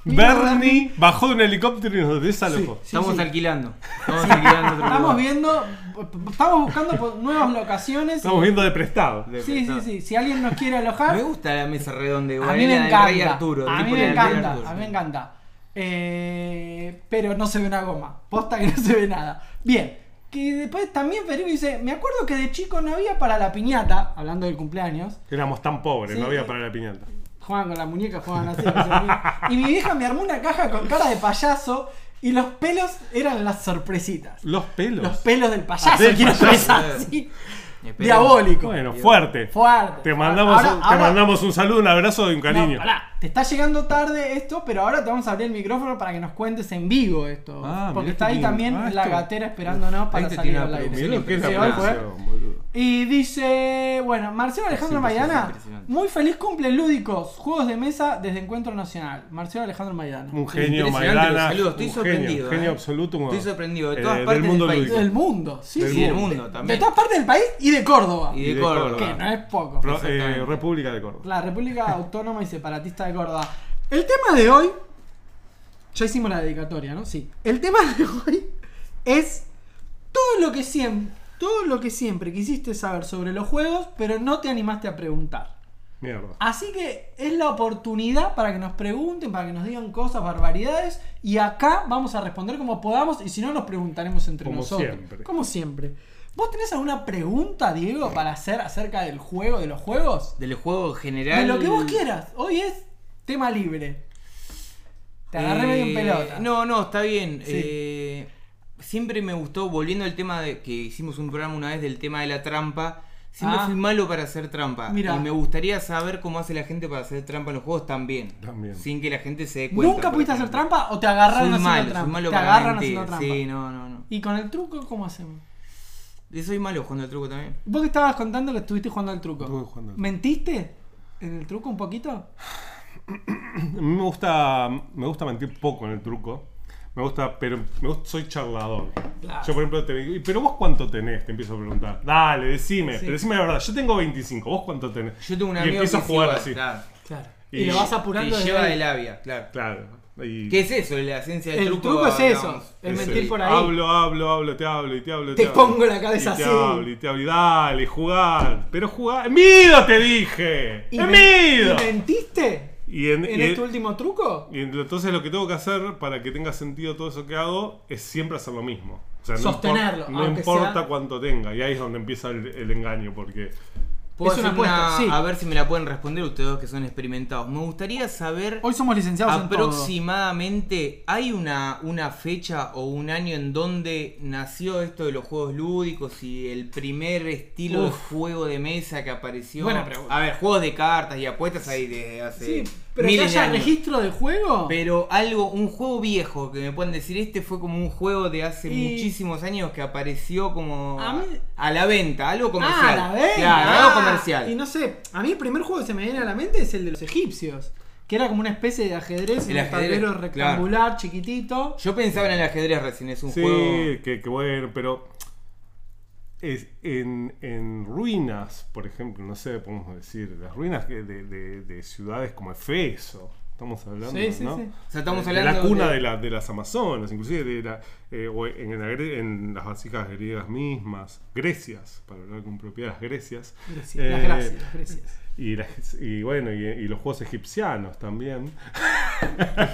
Mira,
Bernie bajó de un helicóptero y nos desalojó.
Sí,
Estamos
sí.
alquilando. Estamos alquilando otro
Estamos
lugar.
viendo, estamos buscando por nuevas locaciones.
Estamos viendo de prestado.
De
Sí, sí,
verdad.
sí. Si alguien nos quiere alojar,
Me gusta la mesa redonda
A
igual.
mí me
la del
encanta.
Rey Arturo.
a mí
tipo
me
la del Rey
encanta.
Arturo.
A mí me encanta. Eh, pero no se ve una goma. Posta que no se ve nada. Bien. Que después también Federico dice, me acuerdo que de chico no había para la piñata, hablando del cumpleaños.
Éramos tan pobres,
Sí.
no había para la piñata.
Juegan con la muñeca, juegan así. con la muñeca. y mi vieja me armó una caja con cara de payaso y los pelos eran las sorpresitas.
Los pelos.
Los pelos del payaso,
Del
quiero
payaso.
pensar, sí.
Espero-
Diabólico.
Bueno, fuerte.
Fuerte.
Te mandamos,
Ahora-
un, te
ahora-
mandamos un saludo, un abrazo y un
No,
cariño.
pará, te está llegando tarde esto, pero ahora te vamos a abrir el micrófono para que nos cuentes en vivo esto.
Ah,
porque
mirá
está
qué
ahí
lindo.
también
Ah,
la
esto- Este
gatera esperándonos para
te
salir
tiene
al
una
aire.
producción
Mirá lo que es
Sí, ¿eh?
la
hoy fue.
producción, boludo.
Y dice, bueno, Marcelo Alejandro
impresionante,
Maidana,
es impresionante.
muy feliz cumple lúdicos, juegos de mesa desde Encuentro Nacional. Marcelo Alejandro Maidana.
Un genio,
Impresionante
Maidana.
los saludos, estoy
un
sorprendido,
Genio, genio
eh.
absoluto. un-
Estoy sorprendido, de
eh,
todas partes
del mundo
del país.
lúdico.
Del mundo, sí,
Del
sí.
mundo.
Del mundo
De-
también.
De todas partes del país y de Córdoba.
Y
Y
de
de
Córdoba.
Córdoba.
Que no es poco.
Pro- eh,
Exactamente.
República de Córdoba.
La República Autónoma y Separatista de Córdoba. El tema de hoy. Ya hicimos la dedicatoria, ¿no? Sí. El tema de hoy es todo lo que siempre, todo lo que siempre quisiste saber sobre los juegos, pero no te animaste a preguntar.
Mierda.
Así que es la oportunidad para que nos pregunten, para que nos digan cosas, barbaridades, y acá vamos a responder como podamos, y si no nos preguntaremos entre
Como
nosotros.
siempre.
Como siempre. ¿Vos tenés alguna pregunta, Diego, para hacer acerca del juego, de los juegos?
Del juego general.
De lo que vos quieras. Hoy es tema libre. Te agarré
Eh,
medio en pelota.
No, no, está bien.
Sí.
Eh, siempre me gustó, volviendo al tema de que hicimos un programa una vez del tema de la trampa. Siempre
Ah.
fui malo para hacer trampa.
Mirá.
Y me gustaría saber cómo hace la gente para hacer trampa en los juegos también.
También.
Sin que la gente se dé cuenta.
¿Nunca
por
pudiste hacer
ejemplo.
trampa o te agarraron
Soy
haciendo
malo, soy
trampa?
malo
te
para
agarran
mentir.
haciendo trampa.
Sí, no, no, no.
¿Y con el truco cómo hacemos?
Y soy malo jugando al truco también.
Vos que estabas contando que estuviste jugando al truco.
Estuve jugando al truco.
¿Mentiste en el truco un poquito?
A mí me gusta, me gusta mentir poco en el truco. Me gusta, pero me gusta- soy charlador.
Claro.
Yo, por ejemplo, te digo, "¿Y ¿pero vos cuánto tenés? Te empiezo a preguntar. Dale, decime,
Sí.
pero decime la verdad. Yo tengo 25, ¿vos cuánto tenés?
Yo tengo un
y
amigo
empiezo
que
a jugar
sí,
así.
claro,
Claro. Y,
Y-
lo vas apurando
que
desde
lleva
ahí.
de labia, claro.
Claro. Y-
¿Qué es eso? La esencia del
El
truco.
truco es
hablamos.
eso. Es
Sí.
mentir por ahí.
Hablo, hablo, hablo, te hablo y te hablo. y
Te
hablo.
pongo la cabeza
Y te
así.
hablo y te hablo y dale, jugar. Pero jugar. ¡Mido te dije!
¿Y,
¡Es
men-
mido!
y mentiste
Y en-
en
y-
este último truco?
y en- entonces lo que tengo que hacer para que tenga sentido todo eso que hago es siempre hacer lo mismo. O sea, no
Sostenerlo,
impor- No,
aunque
importa
sea-
cuánto tenga. Y ahí es donde empieza el, el engaño. Porque
Puedo
Es una
hacer
apuesta,
una-
sí.
A ver si me la pueden responder ustedes dos que son experimentados. Me gustaría saber
Hoy somos licenciados en
aproximadamente, ¿hay una, una fecha o un año en donde nació esto de los juegos lúdicos y el primer estilo de
Uf.
juego de mesa que apareció?
Buena pregunta.
A ver, juegos de cartas y apuestas hay desde
todo.
hace
Sí, pero que
miles de
haya
años.
registro de juego.
Pero algo, un juego viejo que me pueden decir, este fue como un juego de hace
Y-
muchísimos años que apareció como
A mí-
a la venta, algo
Ah,
comercial.
la venta.
Claro,
Ah,
algo comercial.
Y no sé, a mí el primer juego que se me viene a la mente es el de los egipcios, que era como una especie de ajedrez,
El
un
ajedrez,
tablero
claro.
rectangular, chiquitito.
Yo pensaba en el ajedrez recién, es un
sí,
juego.
que, que bueno, pero. es- en, en ruinas, por ejemplo, no sé, podemos decir, las ruinas que- de, de- de ciudades como Efeso, estamos hablando,
Sí, sí,
¿no?
sí.
O sea, estamos
de
hablando
la cuna de... la- de las Amazonas, inclusive de la, eh, o en, en la gre- en las vasijas griegas mismas, Grecias, para hablar con propiedad, las Grecias.
Gracias, las
Eh,
gracias, las gracias.
Y, las- y bueno, y, y los juegos egipcianos también.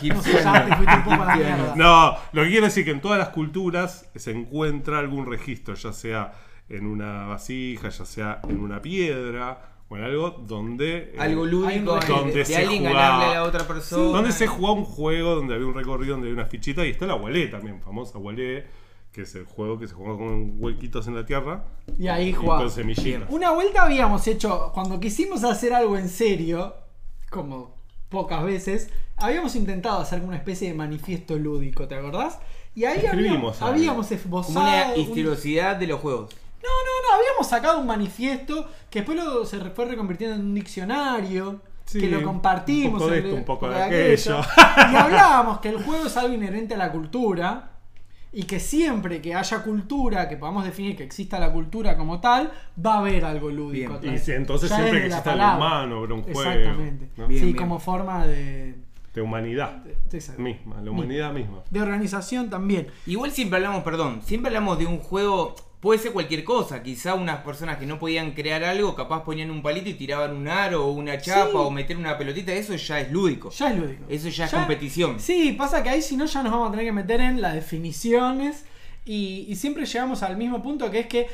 No sé, ya te fuiste un poco a la mierda.
No, lo que quiero decir que en todas las culturas se encuentra algún registro, ya sea en una vasija, ya sea en una piedra o en algo donde... eh,
Algo
Algo
lúdico,
donde
de, de
se
alguien
jugaba.
ganarle a la otra persona.
Donde se jugaba un juego, donde había un recorrido, donde había una fichita y está la Walé también, famosa Walé, que es el juego que se juega con huequitos en la tierra
Y ahí
y con
jugamos.
semillitas.
Una vuelta habíamos hecho, cuando quisimos hacer algo en serio, como pocas veces, habíamos intentado hacer como una especie de manifiesto lúdico, ¿te acordás? Y ahí habíamos,
Escribimos algo.
habíamos
Como
esbozado.
una
un-
histirosidad de los juegos.
No, no, no, habíamos sacado un manifiesto que después lo, se re- fue reconvirtiendo en un diccionario.
Sí,
que lo
un
compartimos.
poco de
sobre-
esto, un poco de
sobre
aquello.
aquello. Y hablábamos que el juego es algo inherente a la cultura y que siempre que haya cultura, que podamos definir que exista la cultura como tal, va a haber algo
Bien,
lúdico.
Y
atrás.
si- entonces
Ya
siempre que
desde la
exista el
palabra.
humano, habrá un juego,
Exactamente.
¿no?
sí,
Bien, bien.
como forma de.
De humanidad
de- de- exacto.
misma, la humanidad misma.
De organización también.
Igual siempre hablamos, perdón, siempre hablamos de un juego. puede ser cualquier cosa. Quizá unas personas que no podían crear algo, capaz ponían un palito y tiraban un aro o una chapa
Sí.
o meter una pelotita. Eso ya es lúdico.
Ya es lúdico.
Eso ya es competición.
Sí, pasa que ahí si no ya nos vamos a tener que meter en las definiciones y, y siempre llegamos al mismo punto que es que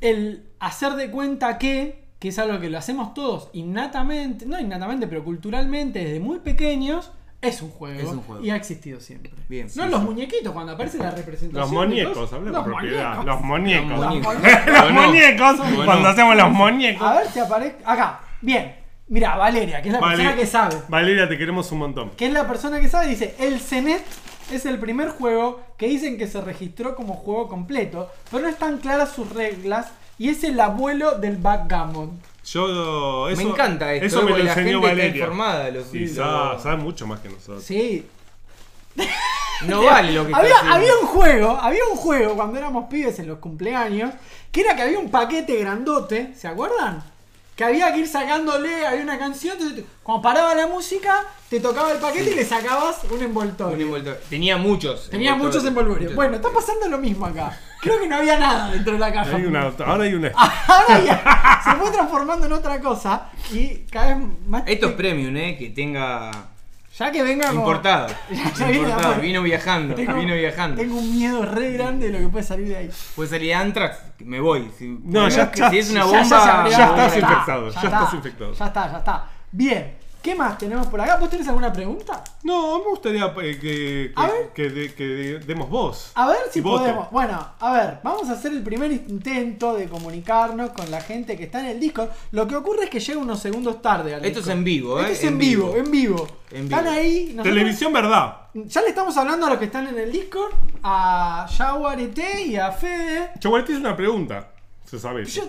el hacer de cuenta que, que es algo que lo hacemos todos innatamente, no innatamente, pero culturalmente desde muy pequeños, es un juego,
Es un juego.
y ha existido siempre.
Bien,
no
sí,
los
sí.
muñequitos, cuando aparece la representación.
Los
de
muñecos,
todos-
hablemos
los
de propiedad.
muñecos.
Los muñecos.
Los
Los
Los
muñecos,
muñecos.
Bueno. Bueno.
cuando hacemos los
A
muñecos.
ver, te aparece. Acá, bien. Mira, Valeria, que es la
Vale-
persona que sabe.
Valeria, te queremos un montón.
que es la persona que sabe, dice, el CENET es el primer juego que dicen que se registró como juego completo, pero no están claras sus reglas y es el abuelo del backgammon.
Yo eso,
me encanta esto.
Eso
eh,
me lo
porque la gente
enseñó
está
Valeria.
informada, los-
Sí,
los-
sa- sabe mucho más que nosotros.
Sí.
No vale lo que está
Había,
haciendo.
había un juego, había un juego cuando éramos pibes en los cumpleaños, que era que había un paquete grandote, ¿se acuerdan? Que había que ir sacándole, había una canción, entonces, te- cuando paraba la música, te tocaba el paquete y le sacabas un envoltorio.
Un envoltorio. Tenía muchos.
Tenía muchos envoltorios.
Muchos.
Bueno, está pasando lo mismo acá. Creo que no había nada dentro de la caja.
Hay una- ah, ahora hay una.
Ah. Ahora ya se fue transformando en otra cosa y cada vez más.
Esto es premium, ¿eh? Que tenga.
Ya que venga. como-
Importado.
Ya viene de
Importado.
afuera.
Vino viajando. Vino viajando.
Tengo un miedo re grande de lo que puede salir de ahí.
Puede salir Pues Antrax, me voy. Si,
No,
si
ya
es que-
está.
Si es una
Ya-
bomba.
se abrió.
Ya estás infectado, ya estás infectado.
Ya está, ya está. Bien. ¿Qué más tenemos por acá? ¿Vos tenés alguna pregunta?
No, me gustaría eh, que,
A
que,
ver.
que de- que de- demos voz.
A ver si
Y voto.
podemos. Bueno, a ver, vamos a hacer el primer intento de comunicarnos con la gente que está en el Discord. Lo que ocurre es que llega unos segundos tarde. al
Esto es
Discord.
en vivo, ¿eh?
Esto es en vivo, en vivo.
En
Están
vivo.
ahí. nosotros-
Televisión verdad.
Ya le estamos hablando a los que están en el Discord, a Yaguareté y a Fede.
Chaguareté hizo una pregunta. Se sabe. eso.
Yo.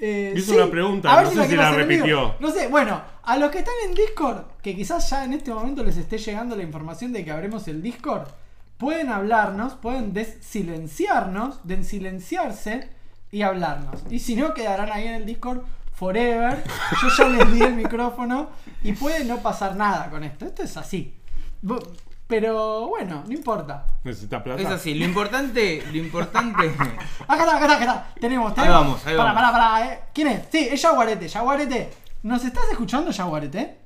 eh,
Hizo una pregunta, no sé si
quiero
la
hacer en vivo.
repitió.
No sé, bueno, a los que están en Discord, que quizás ya en este momento les esté llegando la información de que abremos el Discord, pueden hablarnos, pueden desilenciarnos, desilenciarse y hablarnos. Y si no, quedarán ahí en el Discord forever. Yo ya les di el micrófono y puede no pasar nada con esto. Esto es así. Bo- Pero bueno, no importa.
Necesita plata.
Es así, lo importante. Lo importante.
Acá está, acá está, acá está. Tenemos, tenemos.
vamos, ahí
pará,
vamos.
Pará, pará, eh. ¿Quién es? Sí, es Yaguarete, Yaguarete. ¿Nos estás escuchando, Yaguarete?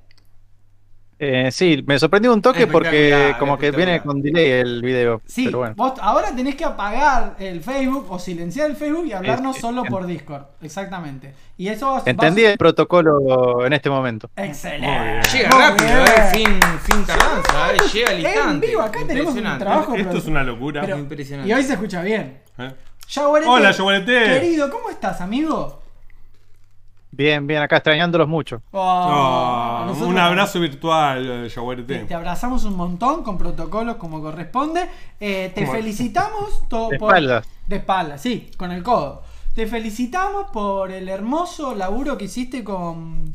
Eh, sí, me sorprendió un toque porque
Espectacular,
como que viene con
espectacular.
delay el video.
Sí,
pero bueno.
vos ahora tenés que apagar el Facebook o silenciar el Facebook y hablarnos
Eh, eh,
solo
en-
por Discord. Exactamente. Y eso vas-
Entendí
vas-
el protocolo en este momento.
Excelente.
Llega
Muy
rápido,
bien.
eh, sin, sin tardanza, eh, llega al instante.
En vivo, acá tenemos un
Impresionante.
trabajo.
Esto
pero-
es una locura.
pero-
Impresionante.
Y hoy se escucha bien.
¿Eh?
Yaguarete.
Hola, Yaguareté.
Querido, ¿cómo estás, amigo?
Bien, bien, acá extrañándolos mucho.
Oh,
Oh,
nosotros-
un abrazo virtual, eh, Yaguareté.
Te, te abrazamos un montón con protocolos como corresponde. Eh, te
Bueno.
felicitamos to-
De espaldas.
De espaldas, sí, con el codo. Te felicitamos por el hermoso laburo que hiciste con.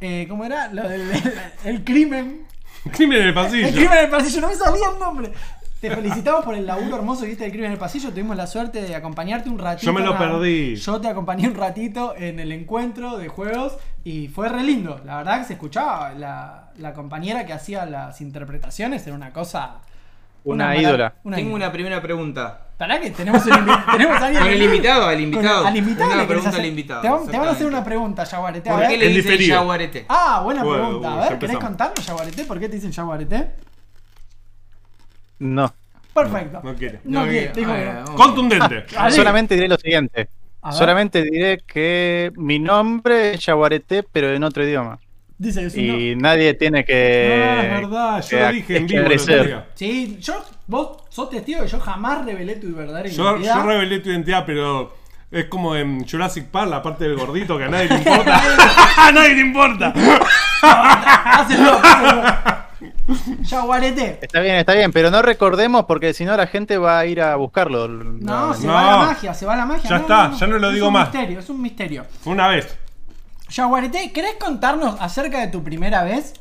eh, ¿Cómo era? Lo del el crimen.
Crimen en el
El
pasillo.
crimen en el pasillo, no me salía el nombre. Te felicitamos por el laburo hermoso que hiciste del crimen en el pasillo. Tuvimos la suerte de acompañarte un ratito.
Yo me lo
nada.
perdí.
Yo te acompañé un ratito en el encuentro de juegos y fue re lindo. La verdad que se escuchaba. La, la compañera que hacía las interpretaciones era una cosa.
Una
mara-
ídola.
Tengo
ídola.
una primera pregunta.
Pará que tenemos, un invi- tenemos a alguien.
Con el invitado, al invitado.
Con- al invitado
Una
le querés
pregunta
hacer-
al invitado,
Te, van- te van a hacer
exactamente.
una pregunta, Yaguareté. a
¿Por
ver.
qué le
En
dicen
diferido.
yaguarete?
Ah, buena
Bueno,
pregunta.
uy,
A
ya
ver, ¿querés
empezamos.
contarnos, Yaguareté? ¿Por qué te dicen Yaguareté?
No.
Perfecto.
No quiere.
No,
No
quiere,
quiere.
dijo que
Ah,
no.
bueno.
Contundente.
Ahí.
Solamente diré lo siguiente.
A ver.
Solamente diré que mi nombre es Yaguareté, pero en otro idioma.
Dice que es un no.
Y nadie tiene que.
Ah, es verdad, yo
que
lo dije en vivo. el otro
esclarecer.
día.
Sí, yo, vos sos testigo que yo jamás revelé tu verdadera
Yo,
identidad.
yo revelé tu identidad, pero es como en Jurassic Park, la parte del gordito que a nadie le importa. a nadie le importa.
Hacelo, hacelo. Yaguareté.
Está bien, está bien, pero no recordemos porque si no la gente va a ir a buscarlo.
No,
No,
se
no.
va la magia, se va la magia.
Ya está, ya no lo digo más.
Es un misterio, es un misterio.
Fue una vez.
Yaguareté, ¿querés contarnos acerca de tu primera vez?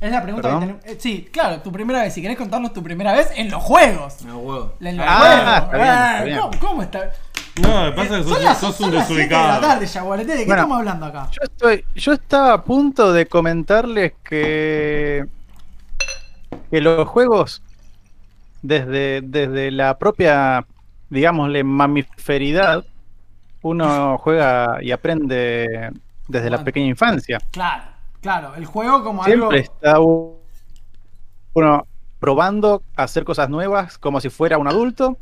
Es la pregunta
¿Perdón?
que tenemos. eh, Sí, claro, tu primera vez. Si querés contarnos tu primera vez en los juegos.
No, huevo.
En los
Ah, está
juegos.
bien, está
Eh,
bien.
¿Cómo, cómo está? Eh,
No, lo que pasa es que sos,
son las,
sos
son
un
las siete de la
desubicado.
tarde, Yaguareté. ¿De qué
Bueno.
estamos hablando acá?
Yo, estoy, yo estaba a punto de comentarles que, que los juegos, desde, desde la propia digámosle, mamiferidad, uno juega y aprende desde la
Bueno.
pequeña infancia.
Claro, claro. El juego como algo.
Siempre está u- uno probando hacer cosas nuevas como si fuera un adulto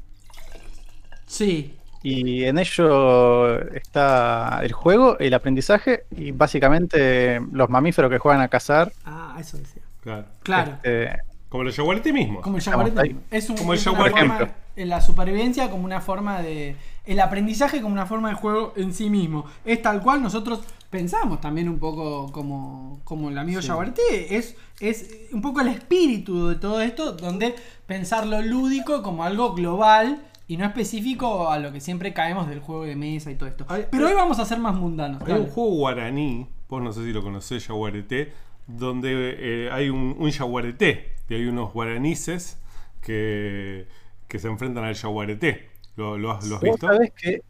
Sí.
y en ello está el juego, el aprendizaje y básicamente los mamíferos que juegan a cazar.
Ah, eso decía.
Claro.
Claro.
eh,
Como lo llevó a ti mismo.
Como el jaguarete.
ahí.
Es un,
Como el
es una
jaguar-
Por
forma-
ejemplo.
en la supervivencia como una forma de. El aprendizaje como una forma de juego en sí mismo. Es tal cual nosotros pensamos también un poco como, como el amigo Jaguarete. Es, es un poco el espíritu de todo esto, donde pensar lo lúdico como algo global y no específico a lo que siempre caemos del juego de mesa y todo esto.
Hay-
Pero hoy vamos a ser más mundanos.
Hay un
dale.
juego guaraní, vos no sé si lo conocés, yaguareté, donde eh, hay un, un yaguareté y hay unos guaranices que, que se enfrentan al yaguareté. ¿Lo, lo has, lo has
¿vos
visto?
sabés que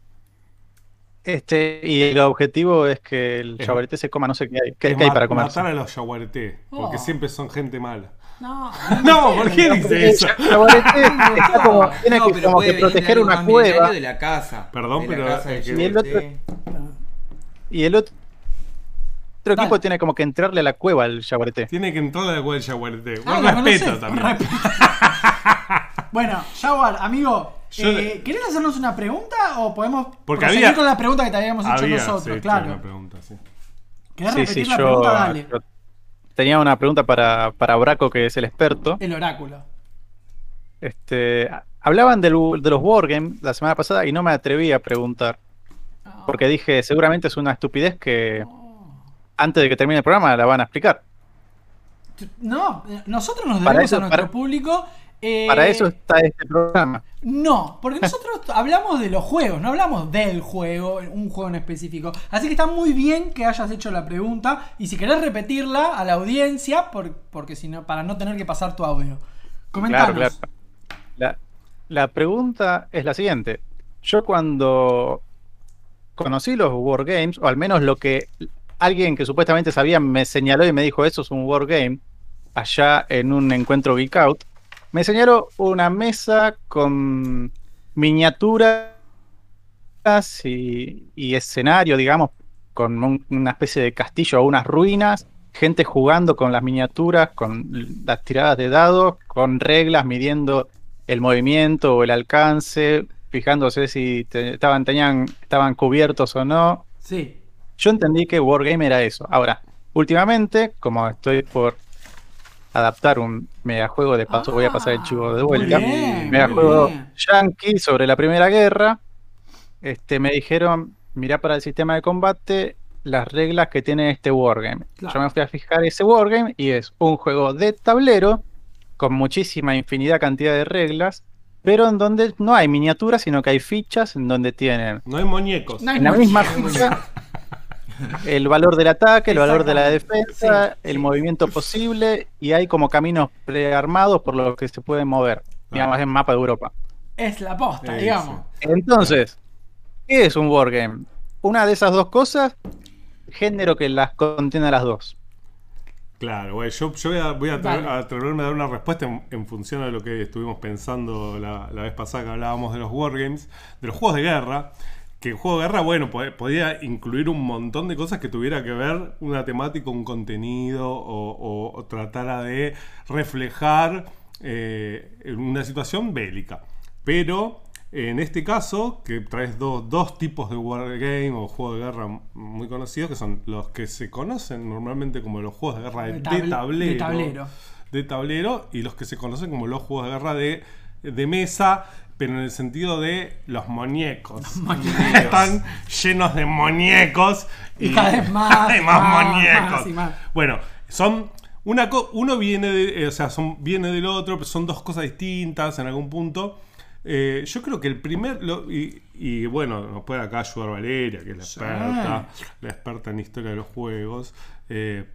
este, y el objetivo es que el
Es-
chabarete se coma no sé qué hay, qué,
Es
qué hay
ma-
para comerse.
Matar a los yaguareté, porque
Oh.
siempre son gente mala.
Ah, No,
No, ¿por qué dice
El
eso?
yaguareté está como, tiene
No,
que,
pero
como
puede
que
venir de
proteger
algo
una
más milenario
cueva.
de la casa.
Perdón,
de la
pero,
casa
eh,
del
que-
Y el otro-
Yaguareté.
Ah. Y el otro, otro
Dale.
equipo tiene como que entrarle a la cueva al yaguareté.
Tiene que entrar a la cueva del yaguareté.
Ah,
Un
lo
respeto
conocés,
también.
un respeto. bueno, Jaguar, amigo,
Yo
eh,
le-
¿querés hacernos una pregunta o podemos
Porque
proseguir
había-
con la pregunta que te habíamos hecho
Había, sí,
nosotros?
sí,
claro.
una pregunta, sí.
¿Querés
Sí, sí,
repetir la
yo,
pregunta? Dale.
yo tenía una pregunta para, para Braco, que es el experto.
El oráculo.
Este, hablaban del- de los wargames la semana pasada y no me atreví a preguntar.
Ah.
Porque dije, seguramente es una estupidez que
Oh.
antes de que termine el programa la van a explicar.
No, nosotros nos
Para
debemos
eso-
a nuestro
para-
público. eh,
Para eso está este programa.
No, porque nosotros hablamos de los juegos, no hablamos del juego, un juego en específico. Así que está muy bien que hayas hecho la pregunta y si querés repetirla a la audiencia, por- porque si no, para no tener que pasar tu audio. Comentanos.
Claro, claro. La, la pregunta es la siguiente. Yo cuando conocí los wargames, o al menos lo que alguien que supuestamente sabía me señaló y me dijo, eso es un wargame, allá en un encuentro Geek Out, me señaló una mesa con miniaturas y, y escenario, digamos, con un- una especie de castillo o unas ruinas, gente jugando con las miniaturas, con las tiradas de dados, con reglas midiendo el movimiento o el alcance, fijándose si te- estaban, tenían, estaban cubiertos o no.
Sí.
Yo entendí que Wargame era eso. Ahora, últimamente, como estoy por adaptar un megajuego, de paso voy a pasar el chivo de
Ah, muy
vuelta.
bien,
Megajuego
muy bien.
yankee sobre la Primera Guerra. Este, me dijeron, mirá para el sistema de combate las reglas que tiene este Wargame.
Claro.
Yo me fui a fijar ese Wargame y es un juego de tablero con muchísima infinidad cantidad de reglas, pero en donde no hay miniaturas, sino que hay fichas en donde tienen
No hay muñecos.
No hay
en la
mucho.
misma ficha el valor del ataque, el valor de la defensa,
Sí,
el
sí.
movimiento posible y hay como caminos prearmados por los que se pueden mover,
Ah.
digamos, en mapa de Europa.
Es la posta,
Sí,
digamos.
Entonces, ¿qué es un wargame? Una de esas dos cosas, género que las contiene a las dos.
Claro, güey, yo, yo voy, a, voy a atre-
Vale.
a atreverme a dar una respuesta en, en función de lo que estuvimos pensando la, la vez pasada que hablábamos de los wargames, de los juegos de guerra, que el juego de guerra, bueno, po- podía incluir un montón de cosas que tuviera que ver una temática, un contenido, o, o- o tratara de reflejar eh, una situación bélica. Pero en este caso, que traes dos, dos tipos de wargame o juego de guerra m- muy conocidos, que son los que se conocen normalmente como los juegos de guerra de,
pues, De
de
tabl- de
tablero.
tablero.
de tablero, y los que se conocen como los juegos de guerra de, de mesa, pero en el sentido de los muñecos. Están llenos de muñecos.
Y cada vez más,
hay más,
más,
muñecos.
más y más.
Bueno, son. Una co- uno viene, de- eh, o sea, son, viene del otro, pero son dos cosas distintas en algún punto. Eh, yo creo que el primer. lo- y, y bueno, nos puede acá ayudar Valeria, que es la experta, la experta en historia de los juegos. Eh,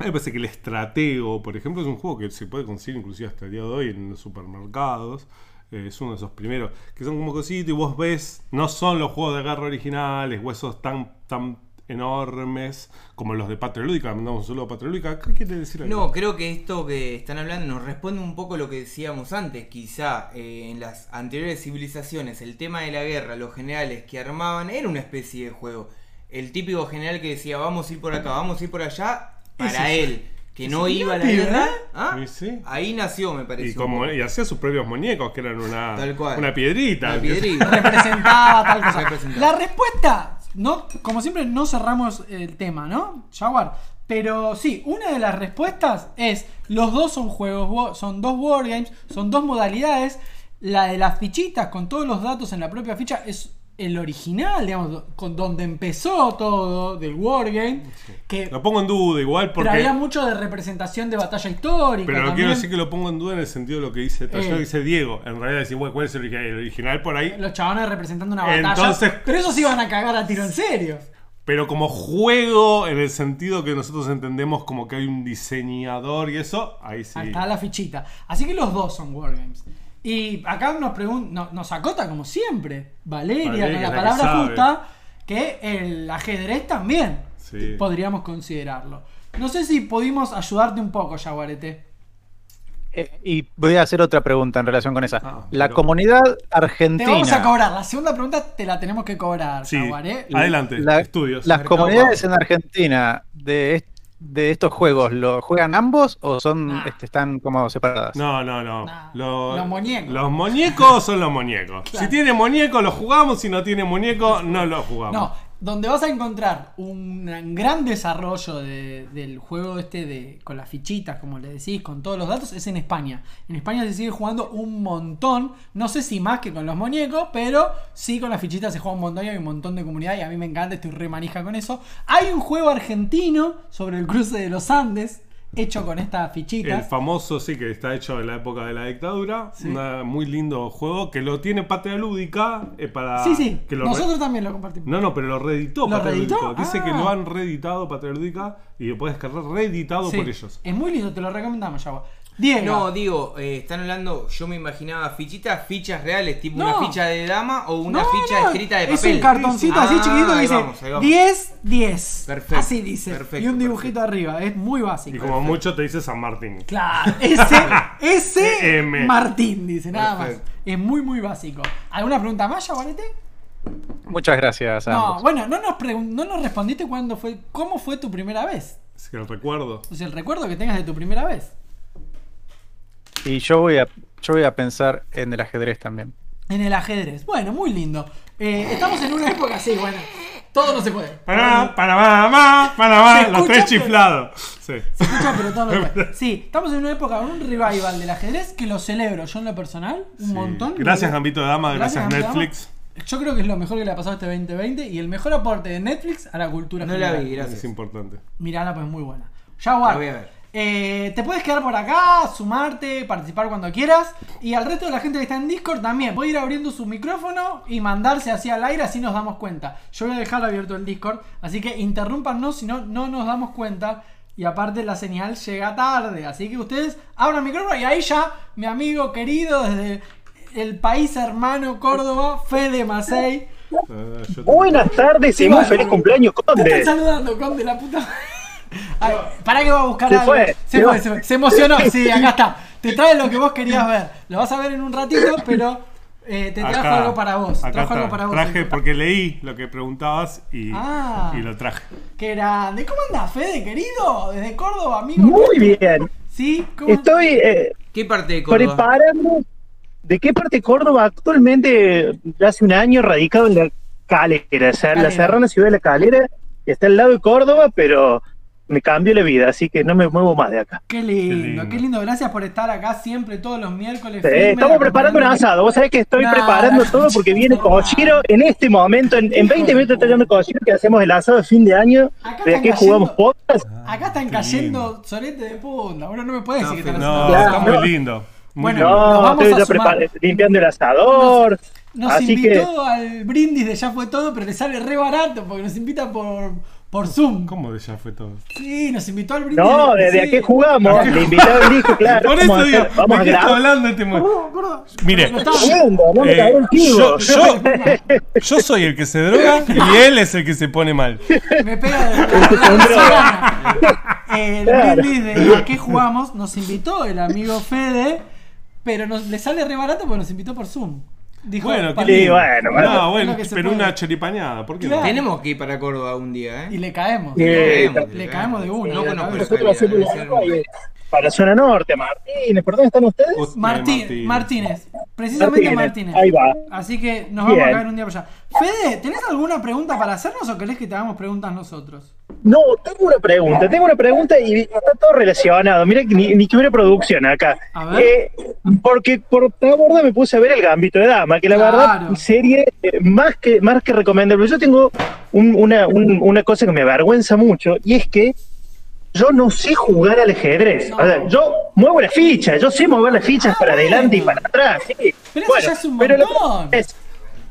a mí me parece que el Estratego, por ejemplo, es un juego que se puede conseguir inclusive hasta el día de hoy en los supermercados. Eh, es uno de esos primeros que son como cositas y vos ves, no son los juegos de guerra originales, huesos tan, tan enormes, como los de Patrolúdica. Mandamos un saludo a Patrolúdica. ¿Qué quiere decir acá?
No, creo que esto que están hablando nos responde un poco lo que decíamos antes. Quizá eh, en las anteriores civilizaciones el tema de la guerra, los generales que armaban, era una especie de juego. El típico general que decía vamos a ir por acá, vamos a ir por allá, para
Ese-
él, que no
ese
iba a la
pibe,
guerra.
¿eh?
¿ah?
Y sí.
Ahí nació, me parece.
Y, como, y hacía sus propios muñecos, que eran una,
Tal cual.
una piedrita.
la
que-
piedrita.
Representaba tal cosa.
Representaba.
La respuesta, no, como siempre, no cerramos el tema, ¿no? Jaguar. Pero sí, una de las respuestas es: los dos son juegos, wo- son dos wargames, son dos modalidades. La de las fichitas con todos los datos en la propia ficha es el original, digamos, do- con donde empezó todo del wargame. Que
Lo pongo en duda igual porque...
traía mucho de representación de batalla histórica.
Pero no
también.
quiero decir que lo pongo en duda en el sentido de lo que dice Taller,
Eh.
dice Diego. En realidad decís, bueno, ¿cuál es el original? El original por ahí.
Los chabones representando una batalla.
Entonces-
Pero esos iban a cagar a tiro en serio.
Pero como juego, en el sentido que nosotros entendemos como que hay un diseñador y eso, ahí sí.
Ahí está la fichita. Así que los dos son Wargames. Y acá nos pregun- no- nos acota como siempre, Valeria,
Valeria,
con
que
la
es la
palabra
que sabe.
justa, que el ajedrez también
Sí.
podríamos considerarlo. No sé si pudimos ayudarte un poco, Jaguarete.
Eh, y voy a hacer otra pregunta en relación con esa.
Ah,
la
pero-
comunidad
Te vamos a
argentina.
cobrar. ¿eh? La segunda pregunta te la tenemos que cobrar,
Sí.
Jaguaré.
Adelante,
la-
estudios.
Las
Mercado
comunidades
Pago.
en Argentina de, est- de estos juegos, ¿lo juegan ambos o son
Nah.
este, están como separadas?
No, no, no.
Nah,
Lo-
Ah, los muñecos.
Los muñecos son los muñecos.
Claro.
Si tiene muñeco, lo jugamos. Si no tiene muñeco, no lo jugamos.
No, donde vas a encontrar un gran desarrollo de- del juego este de con las fichitas, como le decís, con todos los datos, es en España. En España se sigue jugando un montón, no sé si más que con los muñecos, pero sí con las fichitas se juega un montón y hay un montón de comunidad y a mí me encanta, estoy re manija con eso. Hay un juego argentino sobre el cruce de los Andes, hecho con estas
El
fichitas.
famoso, sí, que está hecho en la época de la dictadura.
Sí.
Una- muy lindo juego que lo tiene Patria Lúdica eh, para.
Sí, sí,
que lo re-
nosotros también lo compartimos.
No, no, pero lo reeditó
¿Lo
Patria Lúdica.
reeditó?
Dice
Ah.
que lo han reeditado Patria Lúdica y lo puedes descargar reeditado
Sí,
por ellos.
Es muy lindo, te lo recomendamos, Yago. Diego.
No, digo, eh, están hablando, yo me imaginaba fichitas, fichas reales, tipo
No.
una ficha de dama o una
No,
ficha
no,
escrita de
Es
papel.
un cartoncito así
Ah,
chiquitito que
ahí
dice
vamos, ahí vamos.
10, 10.
Perfecto,
Así dice.
perfecto,
y un dibujito arriba. Es muy
Y
básico.
como mucho te dice San Martín.
Claro, ese, ese
M.
Martín dice, nada
Perfecto.
más. Es muy, muy básico. ¿Alguna pregunta más, Yaguarete?
Muchas gracias. a
No,
ambos.
bueno, no nos, pregun- no nos respondiste cuándo fue, cómo fue tu primera vez.
Así que lo recuerdo.
O sea, el recuerdo que tengas de tu primera vez.
Y yo voy a yo voy a pensar en el ajedrez también.
En el ajedrez. Bueno, muy lindo. Eh, estamos en una época así, bueno. Todo no se puede.
Pará, Panamá, Panamá,
Se
los tres
escucha,
chiflados. Sí.
Escucha, pero todo lo que- Sí, estamos en una época, un revival del ajedrez que lo celebro yo en lo personal, un
Sí.
montón.
Gracias, Gambito de Dama, gracias,
Gambito de
Netflix.
Dama. Yo creo que es lo mejor que le ha pasado este 2020 y el mejor aporte de Netflix a la cultura
No la
general.
vi,
Es
gracias.
importante.
Mirala, pues muy buena. Jaguar,
La voy a ver.
eh, te puedes quedar por acá, sumarte, participar cuando quieras. Y al resto de la gente que está en Discord también. Voy a ir abriendo su micrófono y mandarse así al aire, así nos damos cuenta. Yo voy a dejar abierto el Discord, así que interrúmpanos si no, no nos damos cuenta. Y aparte la señal llega tarde, así que ustedes abran micrófono y ahí ya mi amigo querido desde el país hermano Córdoba, Fede Macei.
Ah, yo-
Buenas tardes y muy feliz cumpleaños,
Te están
Conde.
saludando, Conde, la puta. Ay, pará que va a buscar
Se
algo.
fue,
se
se
fue,
va.
se fue. Se emocionó. Sí, acá está. Te trae lo que vos querías ver. Lo vas a ver en un ratito, pero eh, te trajo
Acá,
algo para vos.
acá
Trajo algo
está.
para vos. eh.
Traje porque leí lo que preguntabas y,
Ah.
y lo traje.
Qué grande. ¿Cómo andás, Fede, querido? Desde Córdoba, amigo.
Muy bien.
¿Sí? ¿Cómo
Estoy eh,
¿Qué parte de Córdoba?
preparando. ¿De qué parte de Córdoba? Actualmente, hace un año, radicado en la Calera, o sea, en
Calera.
la serrana ciudad de la Calera, que está al lado de Córdoba, pero me cambió la vida, así que no me muevo más de acá.
Qué lindo, qué
Qué
lindo,
lindo.
Gracias por estar acá siempre, todos los miércoles.
Eh,
firme,
estamos preparando un
acompañándonos.
asado. Vos sabés que estoy
No,
preparando
no.
todo porque viene Cochiro en este momento. En, en 20 minutos está llegando Cochiro que hacemos el asado de fin de año.
Acá
De
están
aquí jugamos
cayendo-
podcast.
Acá están
Qué
cayendo sorete de punta. Bueno, no me puedes decir que están
No,
haciendo-
está
Claro.
muy lindo. Muy
Bueno,
lindo.
nos
No,
vamos
estoy
a
ya
sumar.
prepar- limpiando el asador.
Nos
así que
invitó al brindis de Ya fue todo, pero le sale re barato porque nos invita por, Por Zoom.
¿Cómo de ya fue todo?
Sí, nos invitó al brindis.
No, desde
sí.
a qué jugamos. Le invitaba el disco, claro.
Por
vamos a
eso digo,
hacer- vamos
¿de
a
qué está
grabar.
hablando este muchacho?
No, gordo.
Mire,
No está-
Tremendo, no me
eh,
cagó el
yo,
chivo.
yo, yo soy el que se droga y él es el que se pone mal.
Me pega de la El brindis de a qué jugamos nos invitó el amigo Fede, pero nos, le sale re barato porque nos invitó por Zoom. Dijo,
Bueno,
para-
qué lindo.
Sí, bueno, bueno.
No, bueno,
Es lo que se
pero
puede.
una choripañada, ¿por qué no?
Claro.
Tenemos que ir para Córdoba un día, ¿eh?
y le caemos.
Sí.
Le caemos de una.
No conozco esa
Nosotros
vida,
hacemos
debe
la
ser
ropa
un-
y- para Zona Norte, Martínez. ¿Por dónde están ustedes?
Hostia,
Martín- Martínez, precisamente Martínez.
Ahí va.
Así que nos vamos a
Bien.
caer un día por allá. Fede, ¿tenés alguna pregunta para hacernos o querés que te hagamos preguntas nosotros?
No, tengo una pregunta, tengo una pregunta y está todo relacionado. Mira, que ni, ni que hubiera producción acá.
A ver.
Eh, porque por esta borda me puse a ver el Gambito de Dama, que la
Claro.
verdad, serie eh, más que, más que recomendable. Yo tengo un- una, un- una cosa que me avergüenza mucho y es que yo no sé jugar al ajedrez. O sea, yo muevo las fichas, yo sé mover las fichas para adelante y para atrás. sí.
Ah, Pero eso ya es un
pero la
montón.
pregunta es,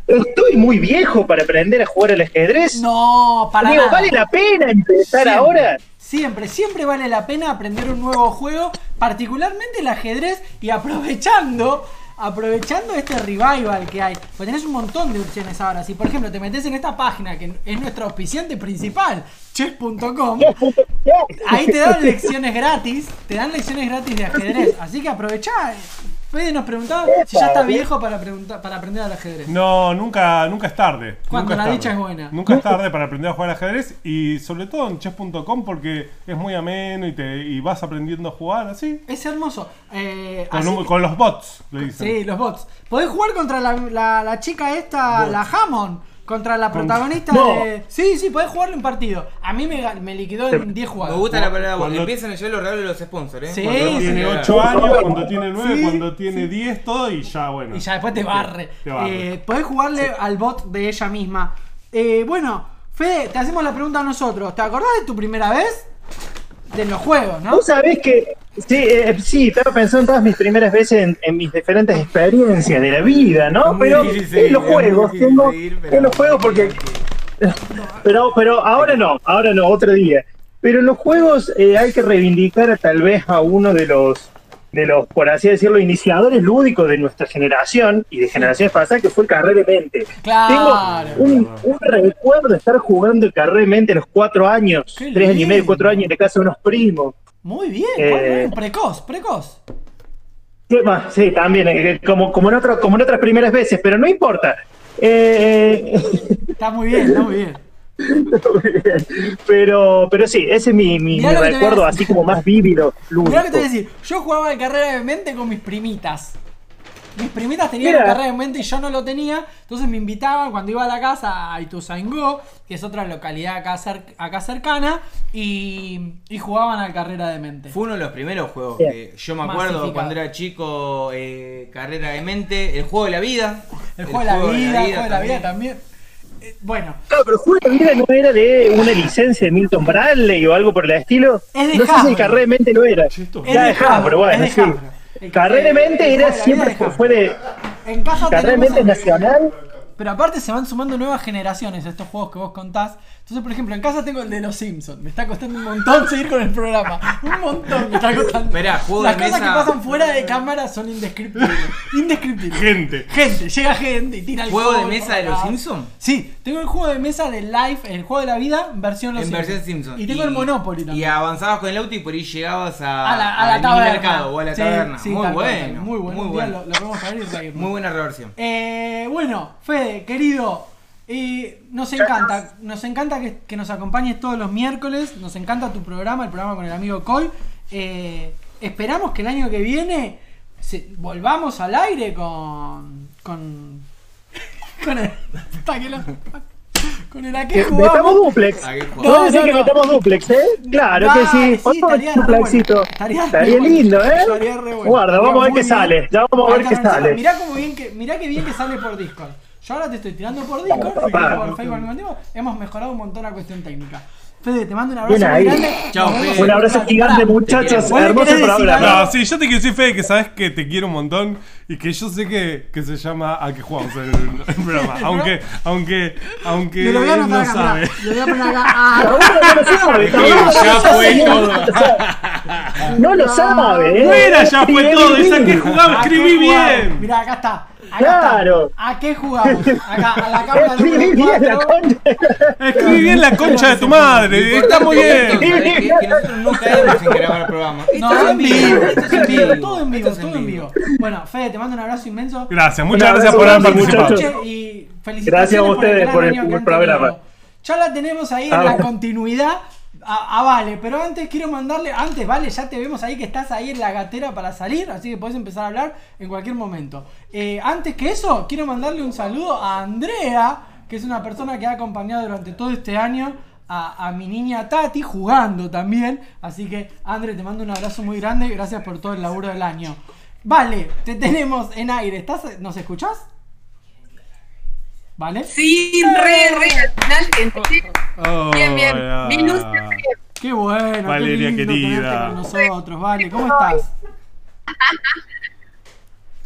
Estoy muy viejo para aprender a jugar al ajedrez.
No, para
Digo,
nada.
¿vale la pena empezar
Siempre,
ahora?
Siempre, siempre vale la pena aprender un nuevo juego, particularmente el ajedrez y aprovechando, aprovechando este revival que hay. Pues tenés un montón de opciones ahora. Si por ejemplo te metes en esta página que es nuestro auspiciante principal, chess.com, ahí te dan lecciones gratis, te dan lecciones gratis de ajedrez. Así que aprovechá. Fede nos preguntaba si ya está viejo para, preguntar, para aprender al ajedrez.
No, nunca, nunca es tarde.
Cuando
Nunca
la
es tarde.
dicha es buena.
Nunca es tarde para aprender a jugar al ajedrez y sobre todo en chess.com porque es muy ameno y, te, y vas aprendiendo a jugar así.
Es hermoso. Eh,
Con,
así
un- con los bots, le dicen.
Sí, los bots. Podés jugar contra la, la- la chica esta, la Hammond. Contra la protagonista
No.
de. Sí, sí, podés jugarle un partido. A mí me, ga- me liquidó en 10
Me
jugadas.
gusta la palabra
Cuando-
bueno. Empiezan a llegar los regalos de los sponsors, ¿eh?
Sí,
Cuando
Cuando
vamos a
tiene
celebrar.
8 años, cuando tiene 9,
Sí,
cuando tiene 10, todo y ya, bueno.
Y ya después te barre.
Te barre.
Eh, podés jugarle al bot de ella misma. Eh, bueno, Fede, te hacemos la pregunta a nosotros. ¿Te acordás de tu primera vez? De los juegos, ¿no?
Vos sabés que. Sí, eh, sí, estaba pensando en todas mis primeras veces en, en mis diferentes experiencias de la vida,
Es
¿no?
muy
Pero
difícil seguir,
en los
es muy
juegos,
difícil
tengo.
seguir, pero-
En los juegos, porque. Pero, pero ahora no, ahora no, otro día. Pero en los juegos eh, hay que reivindicar a, tal vez a uno de los. De los, por así decirlo, iniciadores lúdicos de nuestra generación y de generaciones pasadas, que fue el Carré de Mente.
Claro.
Tengo un, un recuerdo de estar jugando el Carré de Mente a los cuatro años,
Qué
tres años y medio,
lindo.
cuatro años en la casa de unos primos.
Muy bien,
Eh.
muy bien. Precoz, precoz.
Sí, ma- sí, también, eh, como, como, en otro, como en otras primeras veces, pero no importa. Eh,
Está muy bien, está muy bien.
pero, pero sí, ese es mi, mi-
Mirá
mi
lo que te
recuerdo
voy a
así como más vívido. lúdico.
Mirá lo que te voy a decir, yo jugaba de carrera de mente con mis primitas. Mis primitas tenían
Mirá.
carrera de mente y yo no lo tenía, entonces me invitaban cuando iba a la casa a Ituzaingó, que es otra localidad acá, cer- acá cercana, y, y jugaban a carrera de mente.
Fue uno de los primeros juegos
Bien.
que yo me acuerdo
Masificado.
cuando era chico, eh, carrera de mente, el juego de la vida.
El juego de la vida, el juego de la vida también. Eh, bueno,
Claro, pero Julio Vida no era de una licencia de Milton Bradley o algo por el estilo.
Es de
no sé si
Hasbro.
el carré de mente lo era.
Che, esto-
Es
Ya
de
de Hasbro,
Hasbro,
bueno,
es de
sí.
Hasbro. El
Carré de
carré- el
mente
juego
era
de la
siempre
vida de
fue de.
en casa
Carré de
tenemos
mente es
a-
nacional.
Pero aparte se van sumando nuevas generaciones a estos juegos que vos contás. Entonces, por ejemplo, en casa tengo el de los Simpsons. Me está costando un montón seguir con el programa. Un montón me está costando.
Esperá, juego
Las
de
cosas
mesa.
que pasan fuera de cámara son indescriptibles. Indescriptibles.
Gente.
Gente, llega gente y tira el
¿Juego de mesa de los Simpsons?
Sí, tengo el juego de mesa de Life, el juego de la vida, versión Los
En
Simpsons.
versión Simpson.
Y tengo el Monopoly también.
Y avanzabas con el auto y por ahí llegabas a,
a la, a la
al
taberna.
mercado o a la
Sí,
taberna.
sí,
muy,
tal cual,
bueno,
tal. Muy bueno.
Muy
Un día
bueno.
Lo, lo podemos ver y reírnos.
Muy buena reversión.
Eh, bueno, Fede, querido, eh, nos encanta, nos encanta que, que nos acompañes todos los miércoles, nos encanta tu programa, el programa con el amigo Coy. Eh, esperamos que el año que viene se- volvamos al aire con. con. con el. puta que lo- con el a qué
Metamos
jugamos.
duplex.
¿A qué jugamos?
Podemos decir
No, no,
que
no.
metamos duplex, ¿eh? Claro
Dale,
que sí.
sí,
Podemos
estaría re
duplexito.
bueno. Estaría re
Estaría
bueno.
lindo, ¿eh?
Estaría re bueno.
Guarda,
Estaría
vamos a ver
muy
qué
bien.
sale. Ya vamos a
Hay
ver
que
qué
organizarlo.
sale.
Mirá, cómo bien que, mirá qué bien que sale por Discord. Yo ahora te estoy tirando por Discord y
papá.
por Facebook al mismo tiempo. Hemos mejorado un montón la cuestión técnica. Fede, te mando un abrazo
Bien
muy
ahí.
grande.
Chao,
Nos vemos
Fede.
Un
en
abrazo
otra.
gigante,
Pará.
muchachos.
¿Vos le
Hermoso
querés decir
programa.
algo?
No, sí, yo te quiero decir, Fede, que sabes que te quiero un montón y que yo sé que, que se llama a qué jugamos el, el programa. Aunque, aunque, aunque
Me lo voy a
él
anotar
no
acá, pará.
sabe.
Lo voy a poner acá. Ah,
Ahora no lo sabe,
Sí,
ahora no lo
ya
sabe,
fue todo.
No lo sabe, ¿eh?
Mira, ya fue
Sí,
todo.
es
Es a qué
lindo.
jugamos.
¿a qué
Escribí
jugamos?
bien.
Mirá, acá está. Acá
Claro.
está. ¿A qué jugamos? Acá, a la cámara
Escribí
número
bien la
cuatro.
concha.
Escribí bien la concha de tu madre. Está muy bien.
Que, que nosotros no caemos en grabar programas.
No,
Esto es en vivo, esto es
en vivo, todo en vivo,
esto es
todo en vivo. Bueno, Fede, te mando un abrazo inmenso.
Gracias,
Un
muchas gracias por haber
abrazo,
participado.
muchachos.
Y felicitaciones
Gracias a
por el
ustedes
gran
por el-
año que
por el
han
programa.
tenido. Ya la tenemos ahí
Ah,
en la
bueno.
continuidad. A, a Vale, pero antes quiero mandarle, antes Vale, ya te vemos ahí que estás ahí en la gatera para salir, así que podés empezar a hablar en cualquier momento. Eh, antes que eso, quiero mandarle un saludo a Andrea, que es una persona que ha acompañado durante todo este año a, a mi niña Tati jugando también. Así que, Andre, te mando un abrazo muy grande, gracias por todo el laburo del año. Vale, te tenemos en aire, ¿Estás, ¿nos escuchás? ¿Vale?
Sí, re, re, al final entré. Bien, bien.
Hola.
Mi luz se fue.
Qué bueno,
Oh, Valeria,
qué lindo
querida.
tenerte con nosotros, vale, ¿cómo estás?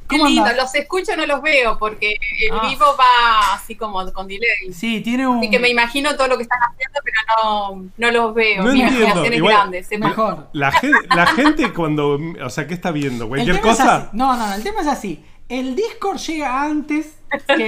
Qué
¿Cómo
lindo.
andás?
Los escucho, no los veo, porque el
Ah.
vivo va así como con delay.
Sí, tiene un...
Así que me imagino todo lo que están haciendo, pero no, no los veo.
No
Mi
entiendo.
imaginación es
Igual-
grande. se me-
Mejor.
La gente, la gente cuando, o sea, ¿qué está viendo?
El
¿Cualquier
tema es
cosa?
así. No, no, no, el tema es así. El Discord llega antes que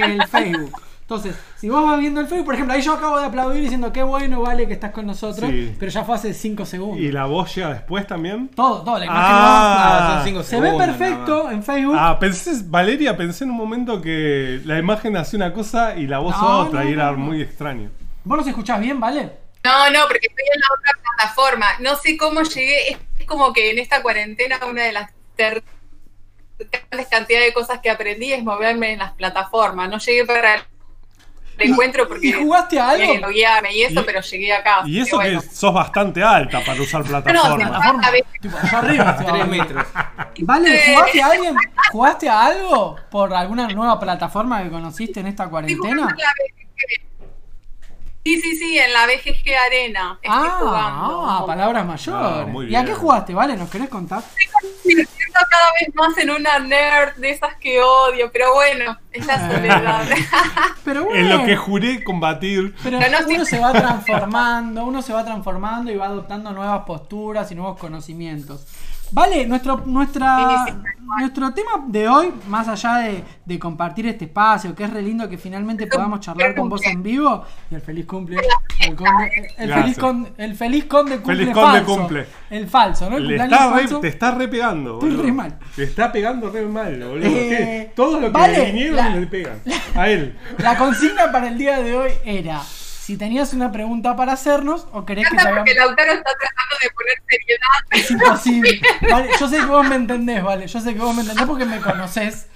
el Facebook. Entonces, si vos vas viendo el Facebook, por ejemplo, ahí yo acabo de aplaudir diciendo qué bueno, vale, que estás con nosotros,
Sí.
pero ya fue hace 5 segundos.
¿Y la voz llega después también?
Todo, todo, la imagen
Ah.
va-
Ah, son cinco
Se ve
segundos, nada
perfecto
más.
en Facebook.
Ah, pensé, Valeria, pensé en un momento que la imagen hacía una cosa y la voz
No,
otra,
no,
y era
no, no.
muy extraño.
Vos nos escuchás bien, ¿vale?
No, no, porque estoy en la otra plataforma. No sé cómo llegué. Es como que en esta cuarentena una de las ter- grandes cantidades de cosas que aprendí es moverme en las plataformas. No llegué para el encuentro porque
¿Y jugaste a
tenía que
algo?
loguearme y eso,
Y-
pero llegué acá.
Y
así
eso
bueno.
que sos bastante alta para usar
No, se
plataformas.
fue a ver.
Tipo, allá arriba. se va a
Tres
ver.
metros.
Vale,
Eh.
¿jugaste a alguien? ¿Jugaste a algo por alguna nueva plataforma que conociste en esta
Estoy jugando
cuarentena?
en la BGG. Sí, sí, sí, en la BGG Arena. Estoy jugando.
Ah, ah, palabras
Ah,
mayores.
muy
¿Y a
bien.
qué jugaste, Vale? ¿Nos querés contar?
Me siento cada vez más en una nerd de esas que odio, pero
Ah.
bueno, es la soledad.
Pero bueno,
En lo que juré combatir.
pero
No, no, sí.
uno se va transformando, uno se va transformando y va adoptando nuevas posturas y nuevos conocimientos. Vale, nuestro, nuestra,
Sí, sí, tal
nuestro tema de hoy, más allá de, de compartir este espacio, que es re lindo que finalmente podamos charlar con vos en vivo, y el feliz cumple al conde- el, feliz
Gracias.
conde, el feliz conde cumple
Feliz conde
falso.
cumple.
El falso, ¿no? El
Le
cumpleaños
está re-
falso.
te está re pegando,
Estoy
boludo.
re mal.
Te está pegando re mal, boludo.
Eh,
¿Qué? Todo lo que
vale,
le vinieron
la-
le pegan. A él.
La consigna para el día de hoy era si tenías una pregunta para hacernos o
Me
querés que te
encanta
hagamos...
porque Lautaro está tratando de poner
Es
seriedad.
imposible. Vale, yo sé que vos me entendés, vale. Yo sé que vos me entendés porque me conocés.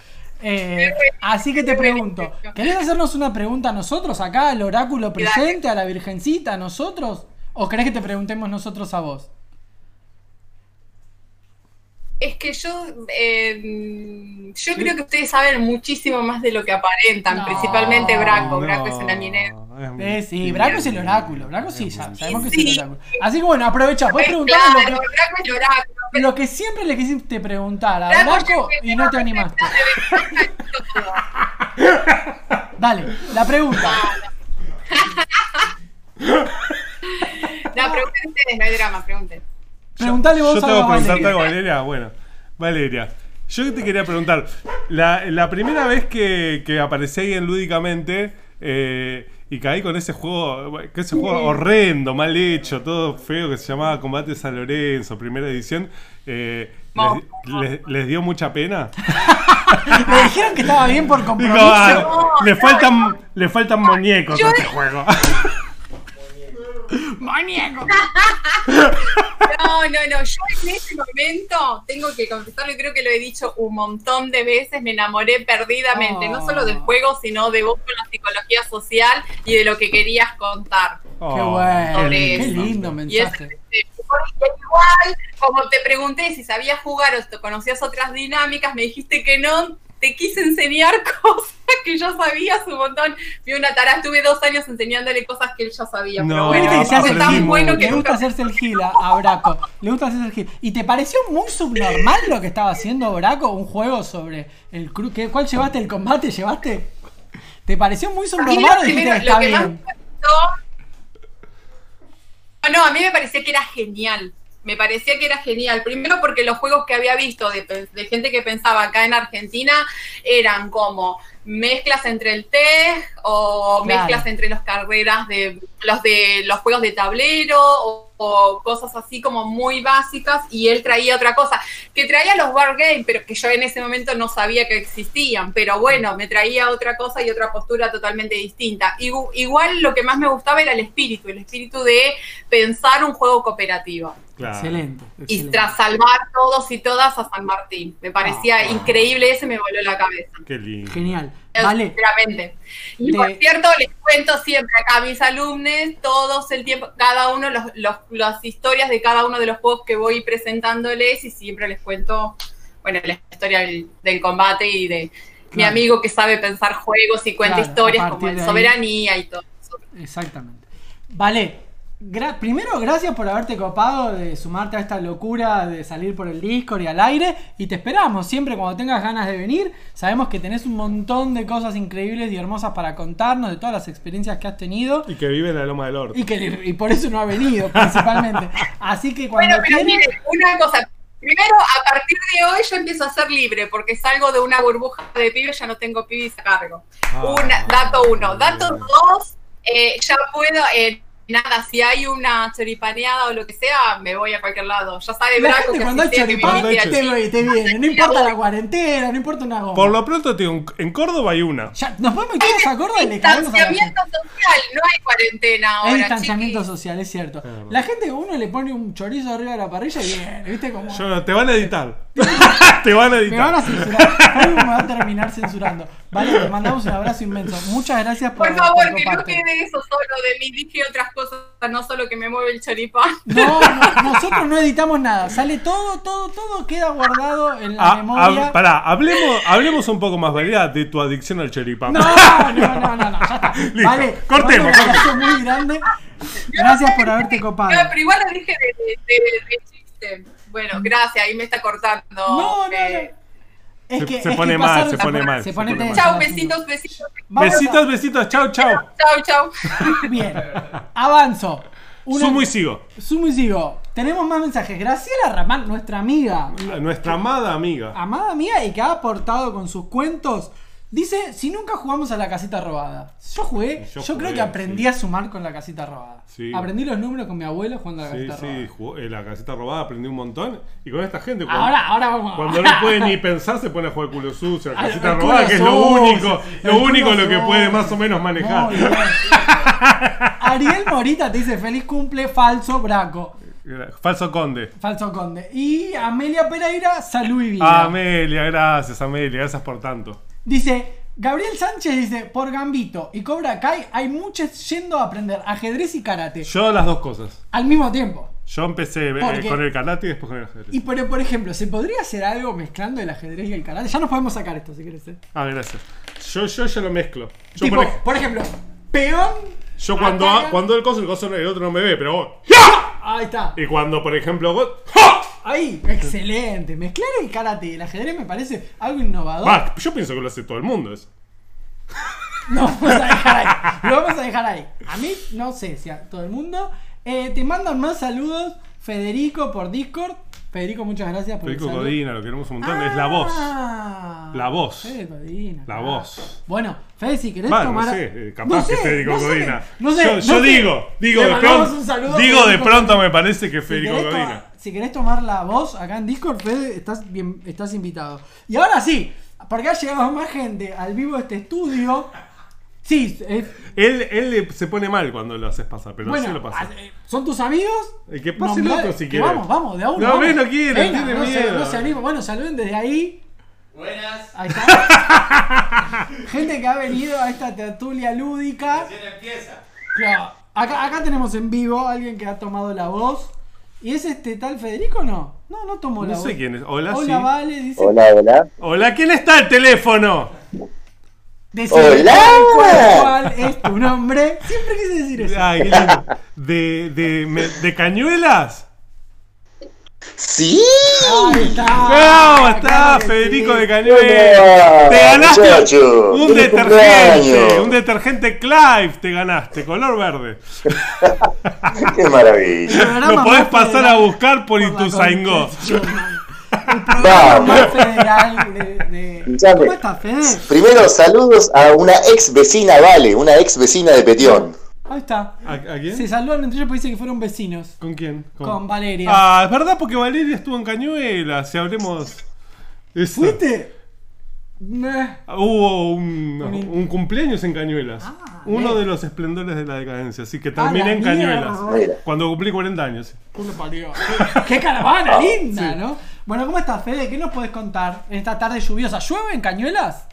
Eh, así que te pregunto, ¿querés hacernos una pregunta a nosotros acá, al oráculo presente, a la virgencita, a nosotros? ¿O querés que te preguntemos nosotros a vos?
Es que yo, eh, yo creo que ustedes saben muchísimo más de lo que aparentan,
No,
principalmente Braco.
No,
Braco es el anime.
es-
Eh, sí, Braco es el oráculo. Braco sí, ya sabemos que es
Sí.
el oráculo. Así que bueno, aprovecha, podés
Claro,
preguntarnos lo
Braco
que,
es el oráculo.
lo que siempre le quisiste preguntar a
Braco
Braco
es el
y no te animaste. Dale, la pregunta.
Ah.
No, pregunten ustedes, no hay drama, pregunten.
Preguntale vos
Yo
algo
tengo que
a Valeria.
preguntarte algo, Valeria. Bueno, Valeria, yo te quería preguntar. La, la primera vez que, que aparecí ahí en Lúdicamente eh, y caí con ese juego, que ese juego horrendo, mal hecho, todo feo que se llamaba Combate San Lorenzo, primera edición, eh,
No.
les, les- les dio mucha pena.
Me dijeron que estaba bien por
Digo,
compromiso.
ah, le, faltan, le faltan muñecos a este juego.
No, no, no. Yo en ese momento, tengo que confesarlo, y creo que lo he dicho un montón de veces, me enamoré perdidamente,
Oh.
no solo del juego, sino de vos con la psicología social y de lo que querías contar.
Qué
Oh,
bueno, qué
lindo.
lindo
Y es,
mensaje.
este, igual, como te pregunté si sabías jugar o te conocías otras dinámicas, me dijiste que no, te quise enseñar cosas que yo sabía hace un montón. Vi una tara, estuve dos años enseñándole cosas que él ya sabía.
No,
pero bueno,
viste que se hace
es
el
tan
mismo.
bueno que
Le gusta hacerse el gil a, a Braco. Le gusta hacerse el gil. ¿Y te pareció muy subnormal lo que estaba haciendo Braco? Un juego sobre el cru... ¿Qué- ¿Cuál llevaste el combate? ¿Llevaste? ¿Te pareció muy
A mí lo
subnormal o dijiste
primero-
que
lo
está
que más
bien?
me gustó- No, no, a mí me parecía que era genial. Me parecía que era genial. Primero porque los juegos que había visto de, pe- de gente que pensaba acá en Argentina eran como mezclas entre el TEG o
Claro.
mezclas entre los carreras de los de los juegos de tablero o, o cosas así como muy básicas y él traía otra cosa que traía los war games, pero que yo en ese momento no sabía que existían, pero bueno, me traía otra cosa y otra postura totalmente distinta. Igu- Igual lo que más me gustaba era el espíritu, el espíritu de pensar un juego cooperativo
Claro.
Excelente.
y
excelente.
tras salvar todos y todas a San Martín. Me parecía
Ah.
increíble, ese me voló la cabeza.
Qué lindo.
Genial. Vale.
Sinceramente. Y
De-
por cierto, les cuento siempre acá a mis alumnos, todos el tiempo, cada uno, los, los- las historias de cada uno de los juegos que voy presentándoles y siempre les cuento, bueno, la historia del, del combate y de mi
Claro.
amigo que sabe pensar juegos y cuenta
Claro, a
historias
partir
como el
de ahí.
Soberanía y todo eso.
Exactamente. Vale. gra- primero, gracias por haberte copado de sumarte a esta locura de salir por el Discord y al aire. Y te esperamos siempre cuando tengas ganas de venir. Sabemos que tenés un montón de cosas increíbles y hermosas para contarnos de todas las experiencias que has tenido.
Y que vive en la Loma del Orto.
Y, que, y por eso no ha venido, principalmente. Así que cuando
Bueno, pero
quieras-
miren, una cosa. Primero, a partir de hoy yo empiezo a ser libre porque salgo de una burbuja de pibes, ya no tengo pibes a cargo.
Ah.
Una- dato uno. Dato dos, eh, ya puedo, eh, nada, si hay una choripaneada o lo que sea, me voy a cualquier lado. Ya sabe
la
Braco
gente
que
cuando hay
asistía, que
choripán
cuando hay
vivía
te,
allí.
ve- te viene. No importa la cuarentena, no importa una goma.
Por lo pronto, tengo un- en Córdoba hay una.
Ya, nos podemos ir todos a Córdoba y le caemos a la gente.
Distanciamiento social, no hay cuarentena ahora.
Es distanciamiento
chiquis.
social, es cierto.
verdad.
La gente que uno le pone un chorizo arriba de la parrilla y viene, ¿viste? Como,
Yo no- te van a editar. te van a
me van a
editar.
censurar. Algo me va a terminar censurando. Vale, te mandamos un abrazo inmenso. Muchas gracias por,
Por favor,
por
que no
coparte.
quede eso solo de mí. Dije otras cosas, no solo que me mueve el choripán.
No, no, nosotros no editamos nada. Sale todo, todo, todo queda guardado en la
Ah,
memoria.
hab- pará, hablemos, hablemos un poco más, variedad de tu adicción al choripán.
No, no, no, no, no, ya está.
Listo,
Vale, te
cortemos,
mando Un abrazo muy grande. Gracias por haberte copado.
No, pero igual lo dije de, de- de- de chiste. Bueno, gracias, ahí me está cortando.
Mm. No, no,
Eh,
no. Es
Se-
que,
se
es
pone
que
mal,
pasaron-
se pone mal,
Se
se
pone
pone mal.
Chau, besitos, besitos.
Vamos a-
besitos, besitos, chau, chau.
Chau, chau.
Bien, avanzo. Una-
Sumo y sigo.
Sumo y sigo. Tenemos más mensajes. Graciela Ramán, nuestra amiga,
Nuestra amada amiga.
amada mía y que ha aportado con sus cuentos, dice, si nunca jugamos a la casita robada. Yo jugué, yo,
Yo jugué,
creo que aprendí
sí.
a sumar con la casita robada.
Sí.
Aprendí los números con mi abuelo jugando a la
Sí,
casita
sí,
robada.
jugó- eh, la caseta robada aprendí un montón. Y con esta gente, cuando,
Ahora, ahora vamos.
cuando no puede ni pensar, se pone a jugar culo sucio. La
Ah,
caseta
el culo
robada, que es lo
sucio,
único,
sí, sí. El
lo único
culo
lo que
sucio.
puede más o menos
Muy bien.
manejar.
Ariel Morita te dice feliz cumple, falso braco.
Falso conde.
Falso conde. Y Amelia Pereira, salud y vida.
Ah, Amelia, gracias, Amelia, gracias por tanto.
Dice, Gabriel Sánchez dice, por Gambito y Cobra Kai hay muchos yendo a aprender ajedrez y karate
Yo las dos cosas.
al mismo tiempo.
Yo empecé eh,
¿Por qué?
con el karate y después con el ajedrez.
Y pero, por ejemplo, ¿se podría hacer algo mezclando el ajedrez y el karate? Ya nos podemos sacar esto, si querés. ¿eh?
Ah, gracias. Yo, yo ya lo mezclo. Yo,
tipo,
por
por,
ej-
ejemplo, peón...
yo cuando,
ataca-
cuando el coso, el coso no- el otro no me ve, pero vos.
Ahí está.
Y cuando, por ejemplo, vos.
Ahí, excelente. Mezclar el karate y el ajedrez me parece algo innovador.
Va, yo pienso que lo hace todo el mundo eso.
Lo vamos a dejar ahí. Lo vamos a dejar ahí. A mí, no sé si a todo el mundo. Eh, te mandan más saludos, Federico, por Discord. Federico, muchas gracias por el
Federico
saludo.
Codina, lo queremos un montón,
Ah,
es la voz. La voz.
Fede Codina.
La
claro.
voz.
Bueno, Fede, si querés
Va,
tomar.
no sé, eh, capaz
No sé,
que Federico
no sé,
Codina.
no sé,
yo
no
yo
sé.
digo, digo
Le
de
mandamos
pronto.
un saludo a
digo de
Federico
pronto
Codina.
me parece que
Si
Federico
querés to-
Codina.
Si querés tomar la voz acá en Discord, Fede, estás, bien, estás invitado. Y ahora sí, porque ha llegado más gente al vivo de este estudio. Sí, es,
Él, él le- se pone mal cuando lo haces pasar, pero
bueno,
así lo pasa.
eh, ¿son tus amigos?
Eh, que pase el
Nombrá-
otro si
que
quiere.
Vamos, vamos, de a uno.
No,
vamos.
ven, no quiere,
Venga,
tiene
no se-
miedo.
no se anima. Bueno, saluden desde ahí.
Buenas.
Ahí está. Gente que ha venido a esta tertulia lúdica.
Recién empieza.
Claro, acá, acá tenemos en vivo a alguien que ha tomado la voz. ¿Y es este tal Federico o no? No, no tomó la
No
voz.
sé quién es. Hola,
Hola,
sí.
Vale, dice.
Hola, hola.
Hola, ¿quién está al teléfono?
Decime
¡Hola!
cuál, cuál es tu nombre. Siempre quise decir eso.
Ay, qué lindo. De, de, me- de cañuelas.
¡Sí!
Ahí está.
¡Bravo!
Claro
Está
que
Federico
sí.
de
Hola,
Cañuelas. Te ganaste
muchacho.
un
Feliz
detergente.
cumpleaños.
Un detergente Clive te ganaste, color verde.
¡Qué maravilla!
Programa
Lo
más
podés pasar a
federal
buscar por
por la
Ituzaingó.
Constitución. El programa
Vamos.
más federal de. de...
Escuchame.
¿Cómo estás, Fede?
Primero, saludos a una ex vecina, Vale, una ex vecina de Petión.
Ahí está.
¿A, a
Se
quién?
saludaron entre ellos porque pues dice que fueron vecinos.
¿Con quién?
Con Valeria.
Ah, es verdad, porque Valeria estuvo en Cañuelas. Si hablemos. Eso.
¿Fuiste? Nah.
Hubo un,
Un in-
un cumpleaños en Cañuelas.
Ah,
Uno
bien.
de los esplendores de la decadencia. Así que
A la
terminé en Cañuelas.
mierda.
Mira.
Cuando cumplí 40 años.
Tú lo parió. ¡Qué caravana linda, ¿no? Bueno, ¿cómo estás, Fede? ¿Qué nos podés contar en esta tarde lluviosa? ¿Llueve en Cañuelas?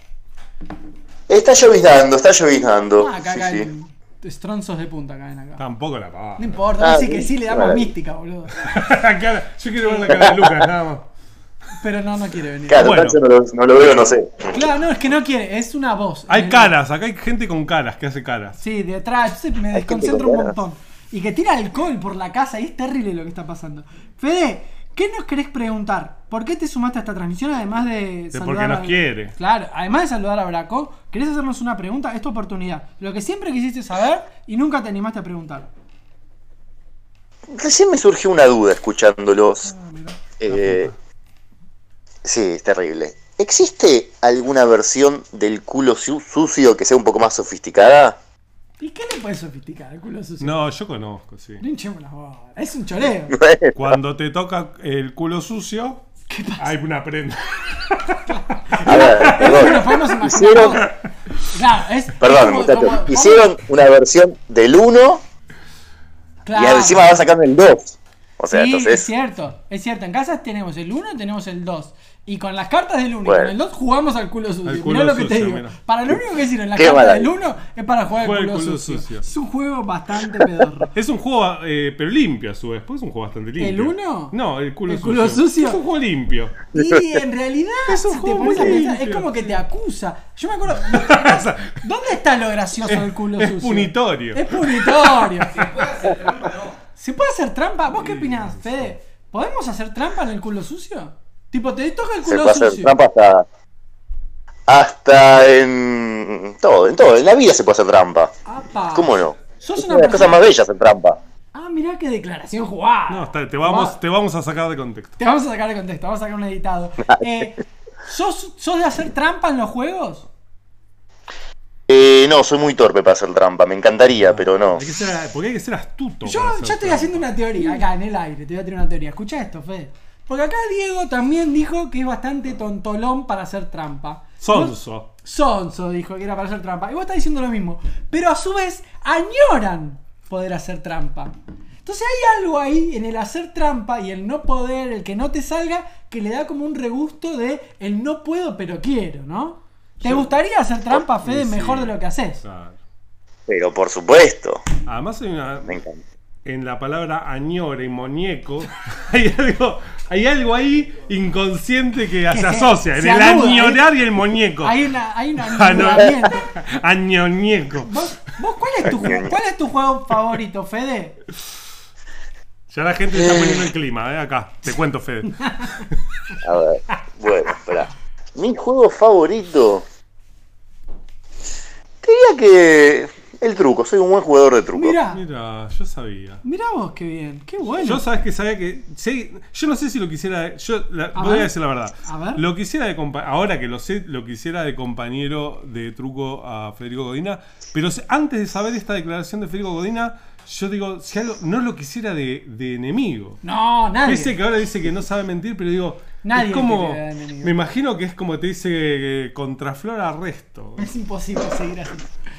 Está lloviznando, está lloviznando.
Ah, acá
Sí, sí.
caen estronzos de punta caen acá.
Tampoco la pava.
No importa,
Ah,
dice que
bien.
sí le damos
Maravilla.
mística, boludo.
Cara- Yo quiero ver la cara de Lucas, nada más.
Pero no, no quiere venir.
Claro,
Bueno.
tanto no lo, no lo veo, no sé.
Claro, no, es que no quiere, es una voz.
Hay
Es-
caras, acá hay gente con caras que hace caras.
Sí, detrás, yo se- me
Hay
desconcentro
gente
un
con ganas.
montón. Y que tira alcohol por la casa y es terrible lo que está pasando. Fede, ¿qué nos querés preguntar? ¿Por qué te sumaste a esta transmisión además de,
porque nos
a-
quiere.
Claro, además de saludar a Braco, ¿querés hacernos una pregunta? Es tu oportunidad. Lo que siempre quisiste saber y nunca te animaste a preguntar.
Recién me surgió una duda escuchándolos.
Ah, mirá.
Eh, sí, es terrible. ¿Existe alguna versión del culo su- sucio que sea un poco más sofisticada?
¿Y qué le puedes sofisticar al culo sucio?
No, yo conozco, sí.
No hinchemos las bolas. Es un choreo.
Cuando te toca el culo sucio, hay una prenda.
A ver,
Pero
perdón.
podemos imaginar
Hicieron-
todo. Claro, es. es
Perdón,
como-
muchachos.
como-
Hicieron una versión del 1 y
Claro.
encima van sacando el 2. O sea,
sí, es
entonces.
cierto, es cierto. En casa tenemos el 1 y tenemos el 2. Y con las cartas del 1 y
Bueno.
con el 2 jugamos al culo sucio.
Al culo
mirá lo que te
sucio,
digo.
mirá.
Para lo único que sirven las
Qué
cartas del
maravilla.
1 es para jugar al
Juega
culo, sucio. Es un juego bastante pedorro.
Es un juego, eh, pero limpio a su vez. Pues es un juego bastante limpio.
¿El uno?
No, el culo
¿El
sucio.
culo sucio?
Es un juego limpio.
Y en realidad,
Es un
si te
juego
pones a
muy
pensar, es
limpio.
como que te acusa. Yo me acuerdo. ¿Dónde está lo gracioso del culo
es
sucio?
punitorio.
Es punitorio. ¿Se puede hacer trampa? ¿Vos qué opinás, Fede? ¿Podemos hacer trampa en el culo sucio? Tipo, te toca el
se
culo
puede hacer
sucio.
trampa hasta. Hasta en. Todo, en todo. En la vida se puede hacer trampa.
Apa.
¿Cómo no?
Sos
Es
una
una de las
persona-
cosas más bellas hacer trampa.
Ah, mirá qué declaración jugada.
No, está- te, vamos,
Va-
te vamos a sacar de contexto.
te vamos a sacar de contexto, vamos a sacar un editado. Eh, ¿sos, ¿Sos de hacer trampa en los juegos?
Eh, no, soy muy torpe para hacer trampa. Me encantaría, pero no.
Hay que ser, porque hay que ser astuto.
Yo
para hacer
ya estoy
trampa.
haciendo una teoría acá en el aire, te voy a tirar una teoría. Escucha esto, Fede. Porque acá Diego también dijo que es bastante tontolón para hacer trampa.
Sonso.
Sonso dijo que era para hacer trampa. Y vos estás diciendo lo mismo. Pero a su vez añoran poder hacer trampa. Entonces hay algo ahí en el hacer trampa y el no poder, el que no te salga, que le da como un regusto de el no puedo pero quiero, ¿no? ¿Te gustaría hacer trampa, Fede,
Sí, sí.
mejor de lo que haces?
Claro.
Pero por supuesto.
Además hay una,
Me encanta.
en la palabra añora y muñeco hay algo, hay algo ahí inconsciente que se,
se-
asocia, en
se
el
anuda,
añorar y el muñeco.
Hay una, hay un
Ah, no.
anudamiento.
Añoñeco.
¿Vos, vos cuál, es tu, ju- cuál es tu juego favorito, Fede?
Ya la gente está poniendo el clima, ¿eh? Acá, te cuento, Fede.
A ver. Bueno, espera. Mi juego favorito. Diría que. El truco. Soy un buen jugador de truco.
Mirá,
Mira, yo sabía.
mirá vos qué bien, qué bueno.
Yo sabes que sabía que. sí, yo no sé si lo quisiera. Yo la-
A
voy
ver.
a decir la verdad.
A ver.
Lo quisiera de compa- Ahora que lo sé, lo quisiera de compañero de truco a Federico Godina. Pero se- antes de saber esta declaración de Federico Godina, yo digo, si algo, no lo quisiera de, de enemigo.
No, nadie.
Ese que ahora dice que no sabe mentir, pero digo.
Nadie
es como.
te crea de enemigo.
Me imagino que es como te dice eh, contraflor arresto.
Es imposible seguir así.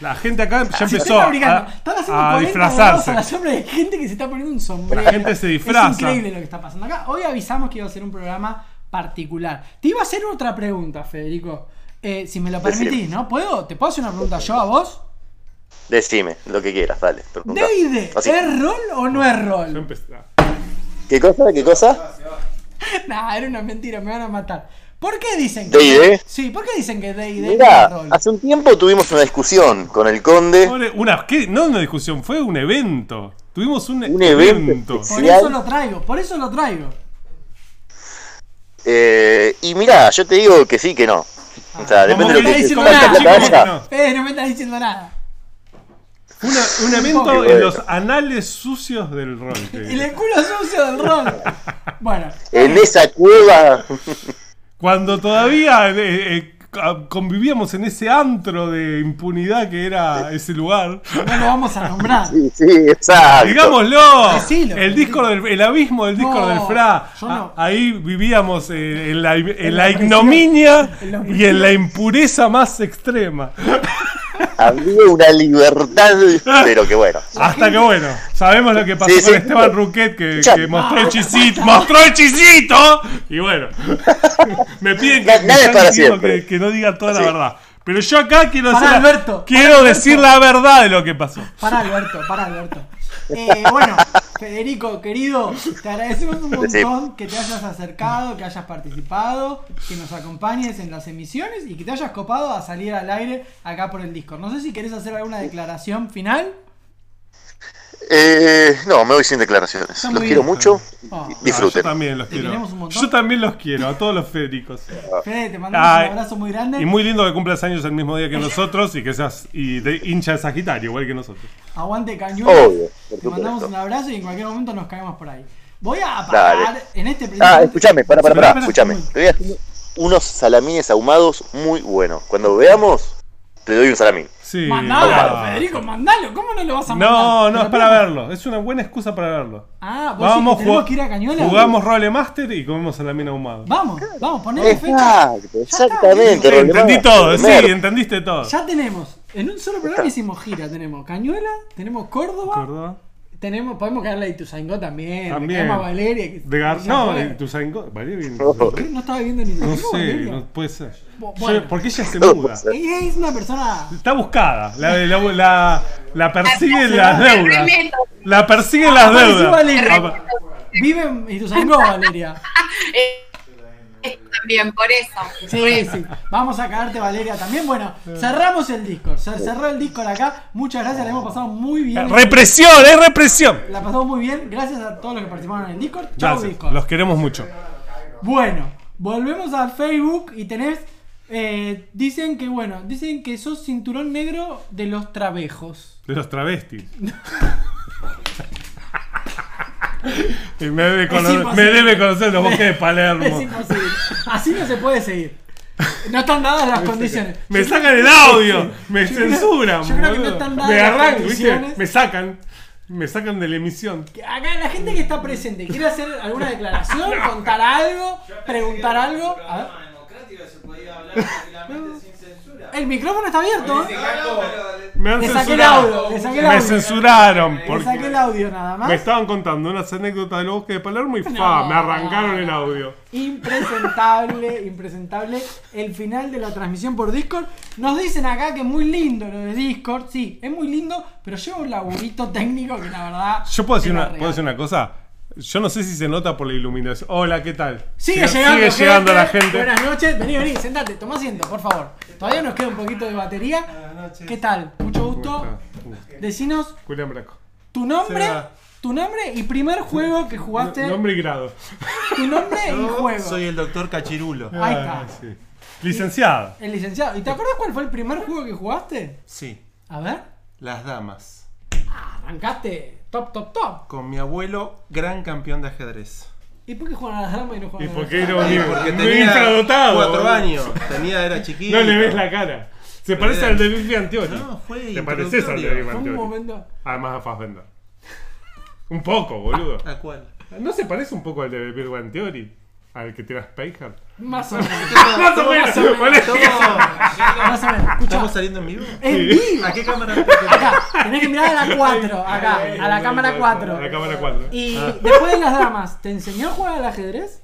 La gente acá ya
Ah, Se
empezó
está fabricando.
a-
Están haciendo
a,
40 grados
disfrazarse.
a la sombra y hay gente que se está poniendo un sombrero.
La gente se disfraza.
Es increíble lo que está pasando acá. Hoy avisamos que iba a ser un programa particular. Te iba a hacer otra pregunta, Federico. Eh, si me lo
Decime.
permitís, ¿no? ¿Puedo? ¿Te puedo hacer una pregunta yo a vos?
Decime lo que quieras, dale. pregunta.
¿D&D
Así.
¿es rol o no es rol?
Ya empezó.
¿Qué cosa? ¿Qué cosa?
Nah, era una mentira, me van a matar. ¿Por qué dicen que
D&D.
Sí, ¿por qué dicen que D&D es un
Mirá,
rol?
hace un tiempo tuvimos una discusión con el conde.
Pobre- Una, ¿qué? No una discusión, fue un evento. Tuvimos un,
Un evento
Por
si
eso
hay-
lo traigo, por eso lo traigo.
eh, y mirá, yo te digo que sí, que no. O sea,
Como
depende de lo
que
que
está
te
diciendo
salta
nada,
por la
chico,
cabeza.
no.
Eh, no me estás diciendo nada.
Una- un evento
Qué
en
bueno.
los anales sucios del rol. te
Y
digo.
el culo sucio del rol. Bueno,
En esa cueva.
Cuando todavía eh, eh, ca- convivíamos en ese antro de impunidad que era ese lugar.
no lo vamos a nombrar.
Sí, sí, exacto.
Digámoslo,
Decilo,
el, disco del, el abismo del disco
No,
del Fra.
yo no.
A- Ahí vivíamos eh, en la, en
En
la
la
ignominia
En la
y en la impureza más extrema.
Había una libertad, pero que bueno.
Hasta que bueno, sabemos lo que pasó
Sí,
con
sí.
Esteban Ruquet que,
Ya.
que mostró el chisito, mostró el chisito y bueno, me piden que,
Nada
me
es
están
para
diciendo
siempre.
que- que no diga toda la
Sí.
verdad. Pero yo acá quiero,
Pará,
hacer la-
Alberto,
quiero
pará,
decir la verdad de lo que pasó.
Para Alberto, para Alberto. Eh, bueno, Federico, querido, te agradecemos un montón
Sí.
que te hayas acercado, que hayas participado, que nos acompañes en las emisiones y que te hayas copado a salir al aire acá por el Discord. No sé si querés hacer alguna declaración final.
Eh, no, me voy sin declaraciones.
Está
Los
muy
quiero
bien.
mucho.
Ah,
Oh,
Disfruten.
yo también los
Te
quiero.
queremos un montón.
Yo también los quiero, a todos los Federicos.
Fede, te mandamos
Ay.
un abrazo muy grande.
Y muy lindo que cumplas años el mismo día que nosotros y que seas y de hincha de Sagitario, igual que nosotros.
Aguante cañón.
Obvio, por
Te mandamos
supuesto.
un abrazo y en cualquier momento nos caemos por ahí. Voy a parar
Dale.
en este preciso
Ah,
momento-
escúchame, para, para,
Espera,
para,
espera,
escúchame.
espera.
Te voy a hacer unos salamines ahumados muy buenos. Cuando veamos, te doy un salamín.
Sí.
Mandalo,
Ah.
Federico, mandalo. ¿Cómo no lo vas a mandar?
No, no,
Pero
es para
espera.
verlo. Es una buena excusa para verlo.
Ah, vos
Vamos,
decís que tenemos
jug-
que ir a Cañuela.
jugamos Role Master y comemos en la mina ahumada.
Vamos, vamos, ponele fecha.
Exacto,
está,
exactamente.
listo.
Rolema.
Entendí todo, sí,
Merda.
entendiste todo.
Ya tenemos. En un solo programa hicimos gira. Tenemos Cañuela, tenemos Córdoba,
¿Acordó?
tenemos, podemos caerle a Ituzaingó también.
También.
Tenemos a Valeria. que-
De Gar-
ya
no,
fue.
de Ituzaingó. Valeria viene de
Ojo.
Ituzaingó.
No estaba viendo ni
No
¿Cómo
sé,
Valeria?
no puede ser.
Bu-
Yo-
bueno.
porque ella se
No
muda.
puede ser.
Ella es una persona.
Está buscada. La, la, la, la persiguen las
Me
deudas.
remeto.
La persiguen las
Apareció
deudas.
Ah,
Ah,
Valeria.
Apa-
Vive en Ituzaingó, Valeria.
Eh, eh, también, por eso.
Sí, sí. Vamos a cagarte, Valeria, también. Bueno, cerramos el Discord. Se cerró el Discord acá. Muchas gracias, la hemos pasado muy bien.
Represión, es represión.
La pasamos muy bien. Gracias a todos los que participaron en el Discord. Chao,
Gracias.
Discord.
Los queremos mucho.
Bueno, volvemos al Facebook y tenés. eh, dicen que, bueno, dicen que sos cinturón negro de los trabejos.
De los travestis. Y me, debe cono-
imposible.
me debe conocer los bosques de
Es
Palermo.
imposible. Así no se puede seguir. No están dadas las condiciones.
Me sacan el audio, me
Yo creo-
censuran.
yo creo que no
boludo.
están dadas
me
las
arrancan, ¿viste?
condiciones.
Me sacan. Me sacan de la emisión.
Acá la gente que está presente, ¿quiere hacer alguna declaración? ¿Contar algo? ¿Preguntar algo? A ver. El micrófono está abierto. ¿eh?
Me han
Le saqué el
censurado.
audio, le saqué el
me
audio.
censuraron
Le saqué el
porque
audio nada más.
me estaban contando unas anécdotas de los bosques de Palermo y fa, me arrancaron el audio.
Impresentable, impresentable. El final de la transmisión por Discord. Nos dicen acá que es muy lindo lo de Discord. Sí, es muy lindo, pero lleva un laburito técnico que la verdad.
Yo puedo decir,
te la
una, ¿puedo
regalo.
decir una cosa. Yo no sé si se nota por la iluminación. Hola, ¿qué tal?
Sigue llegando,
Sigue llegando la gente.
Buenas noches, vení, vení, sentate, toma asiento, por favor. Todavía nos queda un poquito de batería. ¿Qué tal? Mucho gusto.
¿Cómo está?
Decinos
Julián Braco.
tu nombre,
Seba.
tu nombre y primer juego que jugaste.
Nombre y grado.
Tu nombre y juego.
Soy el doctor Cachirulo.
Ahí
Ah,
está.
sí. Licenciado.
El licenciado. ¿Y te acuerdas cuál fue el primer juego que jugaste?
Sí,
A ver.
las damas.
Arrancaste top, top, top.
Con mi abuelo, gran campeón de ajedrez.
¿Y por qué juegan a las damas y no
¿Y
juegan a
por
las
qué era
damas?
un
Porque
un
tenía
infradotado?
cuatro
boludo?
años. Tenía, era chiquito.
No le ves la cara. Se
Pero
parece
era-
al de Bill Antiochi.
No, fue
Te pareces al de Bill
introductorio.
Fue un
Antiochi.
momento.
Además a Fassbender. Un poco, boludo.
Tal cual.
¿No se parece un poco al de Bill Antiochi? Al que tiras Payhard.
Más o menos.
Más o menos. boludo.
Estamos,
más o menos.
estamos
Escuchá.
saliendo en vivo.
En vivo.
¿A qué cámara?
Acá. Tenés que mirar a la 4. Acá. A la cámara
A la
4.
cámara Ah. 4.
Y después de las damas, ¿te enseñó a jugar al ajedrez?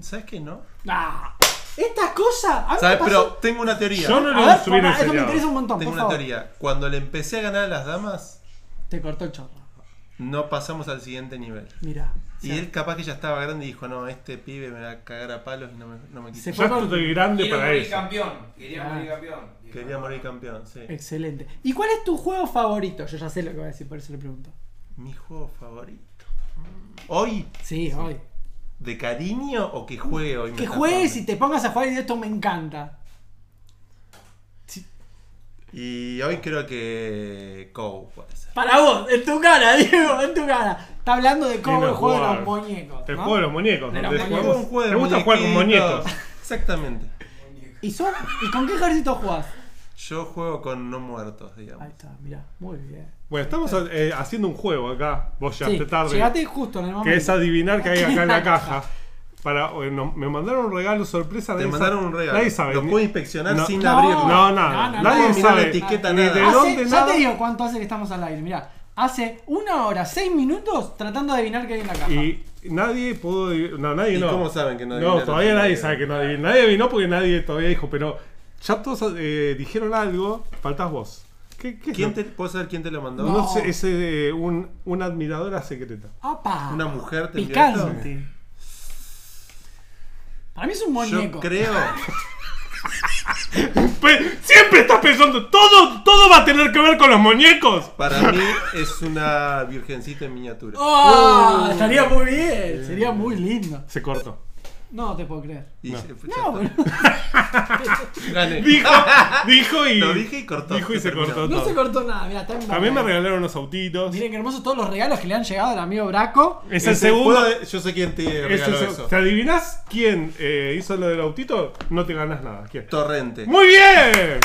¿Sabes qué no?
Ah. Esta cosa. A mí
¿Sabes?
me
Pero
pasó-
tengo una teoría.
Yo no
A
le
ver,
estuviera
pará, eso me
enseñado.
interesa un montón,
Tengo
por
una
favor.
teoría. Cuando le empecé a ganar a las damas,
Te cortó el chorro.
no pasamos al siguiente nivel.
Mira.
Y él capaz que ya estaba grande y dijo, no, este pibe me va a cagar a palos y no me, no me quita.
Se
Yo
fue con-
estoy grande
Quiero
para
morir
eso.
campeón. Quería
Ah.
morir campeón.
Quería morir campeón, sí.
Excelente. ¿Y cuál es tu juego favorito? Yo ya sé lo que va a decir, por eso le pregunto.
Mi juego favorito. Mm. ¿Hoy?
Sí, hoy.
¿De cariño o que juegue hoy? me
Que
está
juegues
jugando?
y te pongas a jugar y digas, esto me encanta.
Y hoy creo que. Cow puede ser.
Para vos, en tu cara, Diego, en tu cara. Está hablando de cómo
Lindo
el juego de
jugar.
los muñecos.
El
¿no?
juego de los muñecos.
De
¿no?
los
Te-
muñecos.
juego-
juego de
¿Te gusta jugar con
muñequitos.
muñecos?
Exactamente.
¿Y, son- ¿Y con qué ejército jugás?
Yo juego con no muertos,
Ahí
digamos.
está, mirá, muy bien.
Bueno, estamos eh, haciendo un juego acá. Vos llegaste
Sí,
tarde.
Llegaste justo en el momento.
Que es adivinar qué hay acá en la caja. Para, bueno, me mandaron un regalo sorpresa.
Te
nadie
mandaron
sabe-
un regalo.
Nadie sabe.
Lo
ni-
puedo inspeccionar
No.
sin
No.
abrirlo.
No, nada.
No, no,
nadie
no.
sabe.
Mirar la etiqueta,
ni
nada.
de
Hace-
dónde,
ya
nada.
te digo cuánto hace que estamos al aire, mirá. Hace una hora, seis minutos tratando de adivinar qué hay en la caja.
Y nadie pudo. adiv- No, nadie
¿Y
no.
cómo saben que no
No,
adivinaron?
todavía nadie sabe que no adivinó. Nadie adivinó porque nadie todavía dijo, pero ya todos eh, dijeron algo. Faltás vos. ¿Qué, qué es
¿Quién
lo-
te, ¿Puedo saber quién te lo mandó?
No,
No.
sé, es eh, un, una admiradora secreta.
¡Apa!
¿Una mujer te envió
Picante. Para mí es un
esto?
muñeco.
Yo creo.
Pe- siempre estás pensando, todo, todo va a tener que ver con los muñecos.
Para mí es una virgencita en miniatura. Uh.
¡Oh! Estaría muy bien. Sería muy lindo.
Se cortó.
No te puedo creer.
Y
No.
ya- ya
No,
está.
boludo.
Gané.
Dijo, dijo y.
Lo dije y cortó.
Dijo y se
Terminó.
cortó
No
todo.
se cortó nada. Mira, está en
También me
banda.
regalaron unos autitos.
Miren qué hermosos todos los regalos que le han llegado al amigo Braco.
Es el
Ese-
segundo.
Este, ¿puedo- Yo sé quién te
es el
regaló
seg-
eso.
¿Te adivinás quién eh, hizo lo del autito? No te ganas nada. ¿Quién?
Torrente.
¡Muy bien!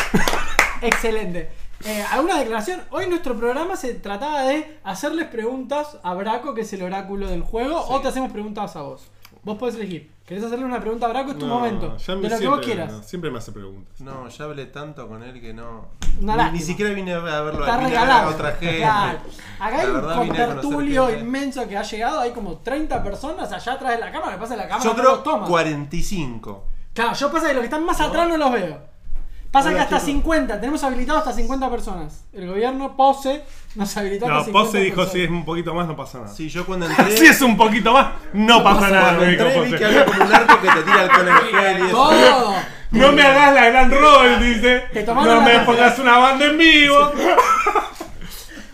Excelente. Eh, ¿Alguna declaración? Hoy nuestro programa se trataba de hacerles preguntas a Braco, que es el oráculo del juego, o te hacemos preguntas a vos. Vos podés elegir. ¿Querés hacerle una pregunta a Braco? Es tu
No,
momento.
ya me-
De lo que
siempre-
vos
no,
quieras.
siempre me hace preguntas.
No, ya hablé tanto con él que no.
Una
Ni- ni,
lástima.
siquiera vine a verlo.
Está
vine a ver
regalado.
a otra gente.
Claro. Acá hay
La
un
verdad, vine a conocer
contertulio
gente.
inmenso que ha llegado. Hay como 30 personas allá atrás de la cámara. Lo que pasa es que la cámara
Yo
no los
creo
toma.
45.
Claro, yo pasa que los que están más atrás no los veo. Pasa que hasta 50, tenemos habilitado hasta 50 personas. El gobierno Pose nos habilitó hasta
No,
50
Pose dijo:
personas.
si es un poquito más, no pasa nada.
Sí, yo cuando entré.
Si es un poquito más, no pasa nada.
Cuando
me dijo
entré vi
Pose.
que había como un arco que te tira alcohol en el gel y eso.
¡Todo!
No me hagas la gran rol, dice.
Te tomaron
No
la
me
casa.
pongas una banda en vivo.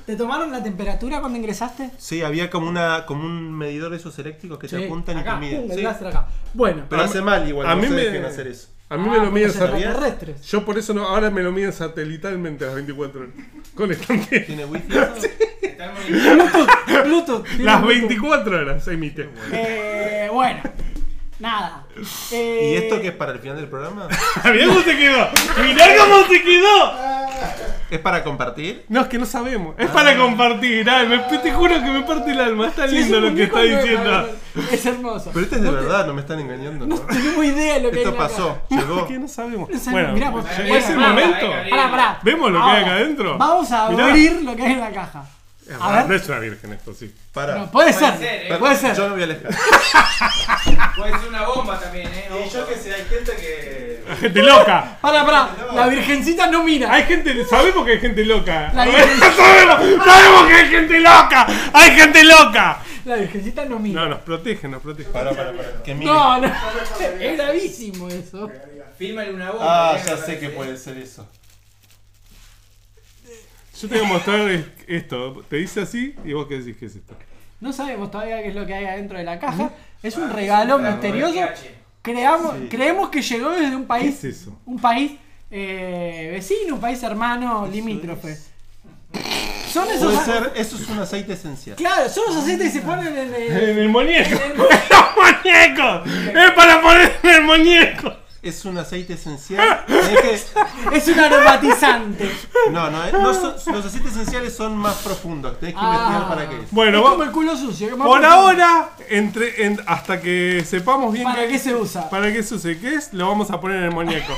¿Te tomaron la temperatura cuando ingresaste?
Sí, había como una como un medidor de esos eléctricos que te apuntan
acá,
y te
pum,
miden.
el
Sí.
láser acá. Bueno,
Pero hace mal igual,
A
no
mí
se
me-
dejen hacer eso.
A mí me lo miden
los
satelit-
extraterrestres.
Yo por eso no, ahora me lo miden satelitalmente a las 24 horas. Con estante.
¿Tiene wifi? eso?
Bluetooth, Bluetooth. tiene
Las
Bluetooth.
24 horas se emite.
Eh, bueno, nada. Eh,
¿Y esto que es para el final del programa?
Mirá cómo se quedó. Mirá cómo se quedó.
¿Es para compartir? Ah.
No, es que no sabemos. Es para compartir. Ay, me, te juro que me parte el alma. Está
si es
lindo
un
lo que
muñeco,
está
no es para
diciendo.
ver, Es hermoso.
Pero esto es de verdad, no me están engañando. ¿no?
No tenemos idea de lo que hay
Esto
en la
pasó,
caja.
Es
llegó.
que no sabemos.
No sabemos,
Bueno,
mirá, vos-
es el
Pará,
momento.
Pará, pará.
¿Vemos lo que hay
Ahora,
acá adentro?
Vamos a
Mirá.
abrir lo que hay en la caja.
Es
A
raro, No
ver.
es una virgen esto, sí.
Para.
No, puede ser,
ser, eh.
puede ser.
Yo me voy a alejar.
Puede ser una bomba también, ¿eh? Ojo.
que sé, hay gente que.
Gente loca.
Pará, pará. La virgencita no mira.
Hay gente, sabemos que hay gente loca.
La virgen-
sabemos, sabemos que hay gente loca. Hay gente loca.
La virgencita no mira.
No, nos protege, nos protege.
Para, para, para. Que mire.
No, no. Es gravísimo eso.
Fírmale una bomba.
Ah,
¿eh?
ya
Me
sé que
parece.
puede ser eso.
Yo te voy a mostrar es- esto. Te dice así y vos qué decís que es esto.
No sabemos todavía qué es lo que hay adentro de la caja. Es
Ah,
un regalo misterioso. Creamos, Creemos que llegó desde un país.
¿Qué es eso?
Un país eh, vecino, un país hermano limítrofe. Son esos.
Puede ser, eso es un aceite esencial.
Claro, son los aceites que se ponen en
Eh.
el.
En el muñeco. En los muñecos. Es para poner en el muñeco.
Es un aceite esencial. Tenés que-
Es un aromatizante.
No, no, eh, no son- los aceites esenciales son más profundos. Tenés que investigar
Ah.
para qué es.
Bueno,
es
va-
como el culo sucio. que más
por
profundo.
ahora, entre, en- hasta que sepamos bien
¿Para qué se usa?
para qué se use, qué es, lo vamos a poner en el muñeco.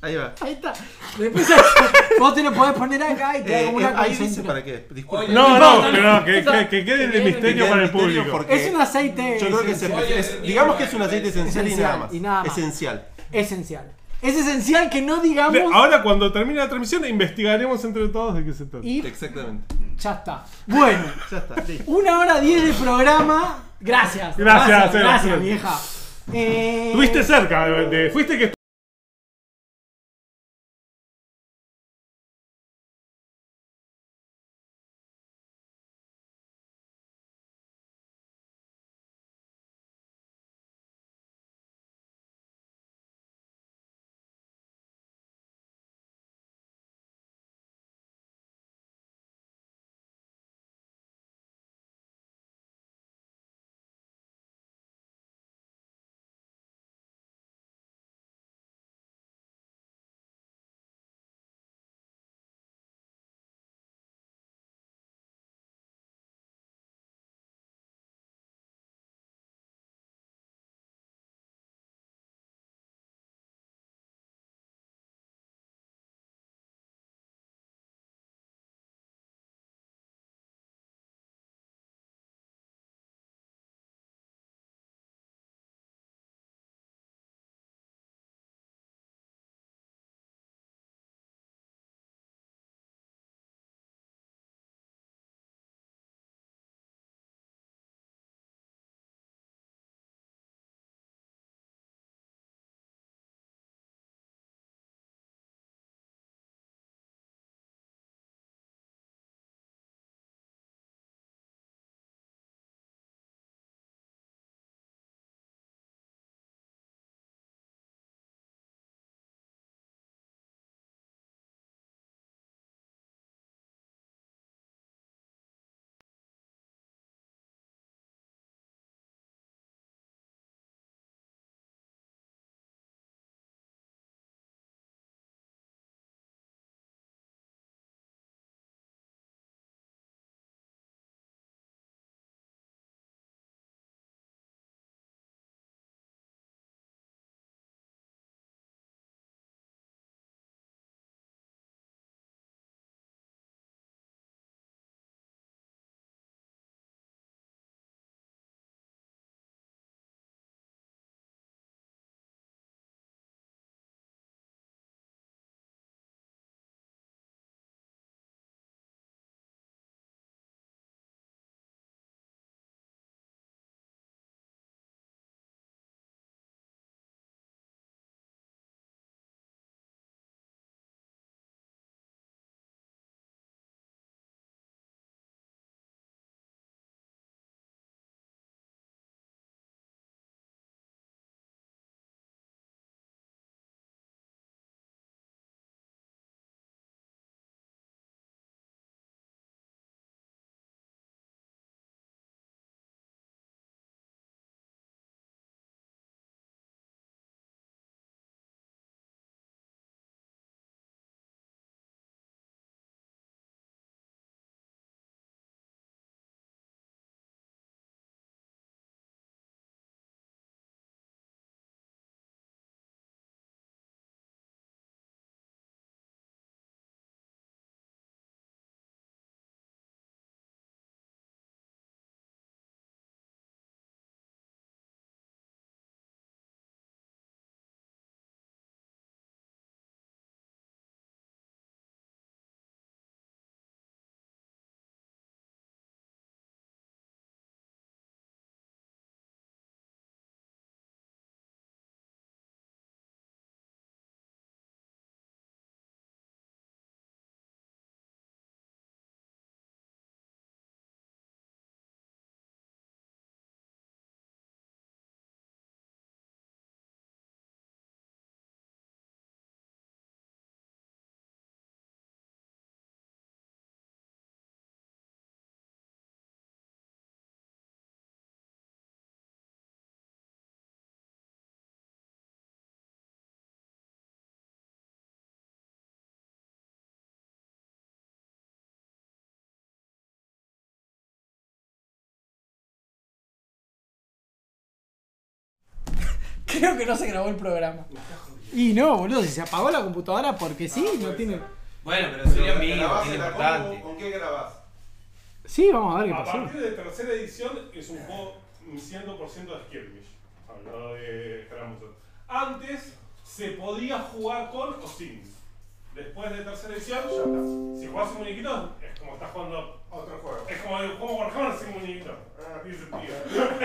Ahí va.
Ahí está. Después vos te lo podés poner acá y te da
Eh,
como
eh,
una
ahí dice
concentra-
para qué. Disculpe.
No,
No,
no,
no,
pero
no.
que,
Eso-
que- que quede en el
que quede
Que
misterio
queda
para el
misterio
público.
porque
Es un aceite.
Yo creo que es,
esencial.
es- digamos que es un aceite esencial, y nada más.
Y nada más.
Esencial.
esencial. Es esencial que no
De-
digamos
Ahora cuando termine la transmisión investigaremos entre todos de qué se trata.
y
Exactamente.
ya está. Bueno,
Ya está, listo.
una hora diez de programa. Gracias.
Gracias,
Gracias,
eh,
gracias,
eh.
vieja. Eh,
Estuviste cerca, de- de- fuiste que
Creo que no se grabó el programa. Y no, boludo, si se apagó la computadora porque sí, no tiene.
Bueno, pero sería mi hijo,
¿Grabás
es
en la
importante.
compu? ¿Con qué grabás?
pues Sí, vamos a ver qué
A
pasó.
partir de tercera edición es un juego 100% de skirmish. Hablado de Tramusos. Antes se podía jugar con o sin. Después de tercera edición, ya está. Si jugás sin muñequitos, es como estás jugando otro juego. Es como, como Warhammer sin muñequitos. Ah, tiene sentido.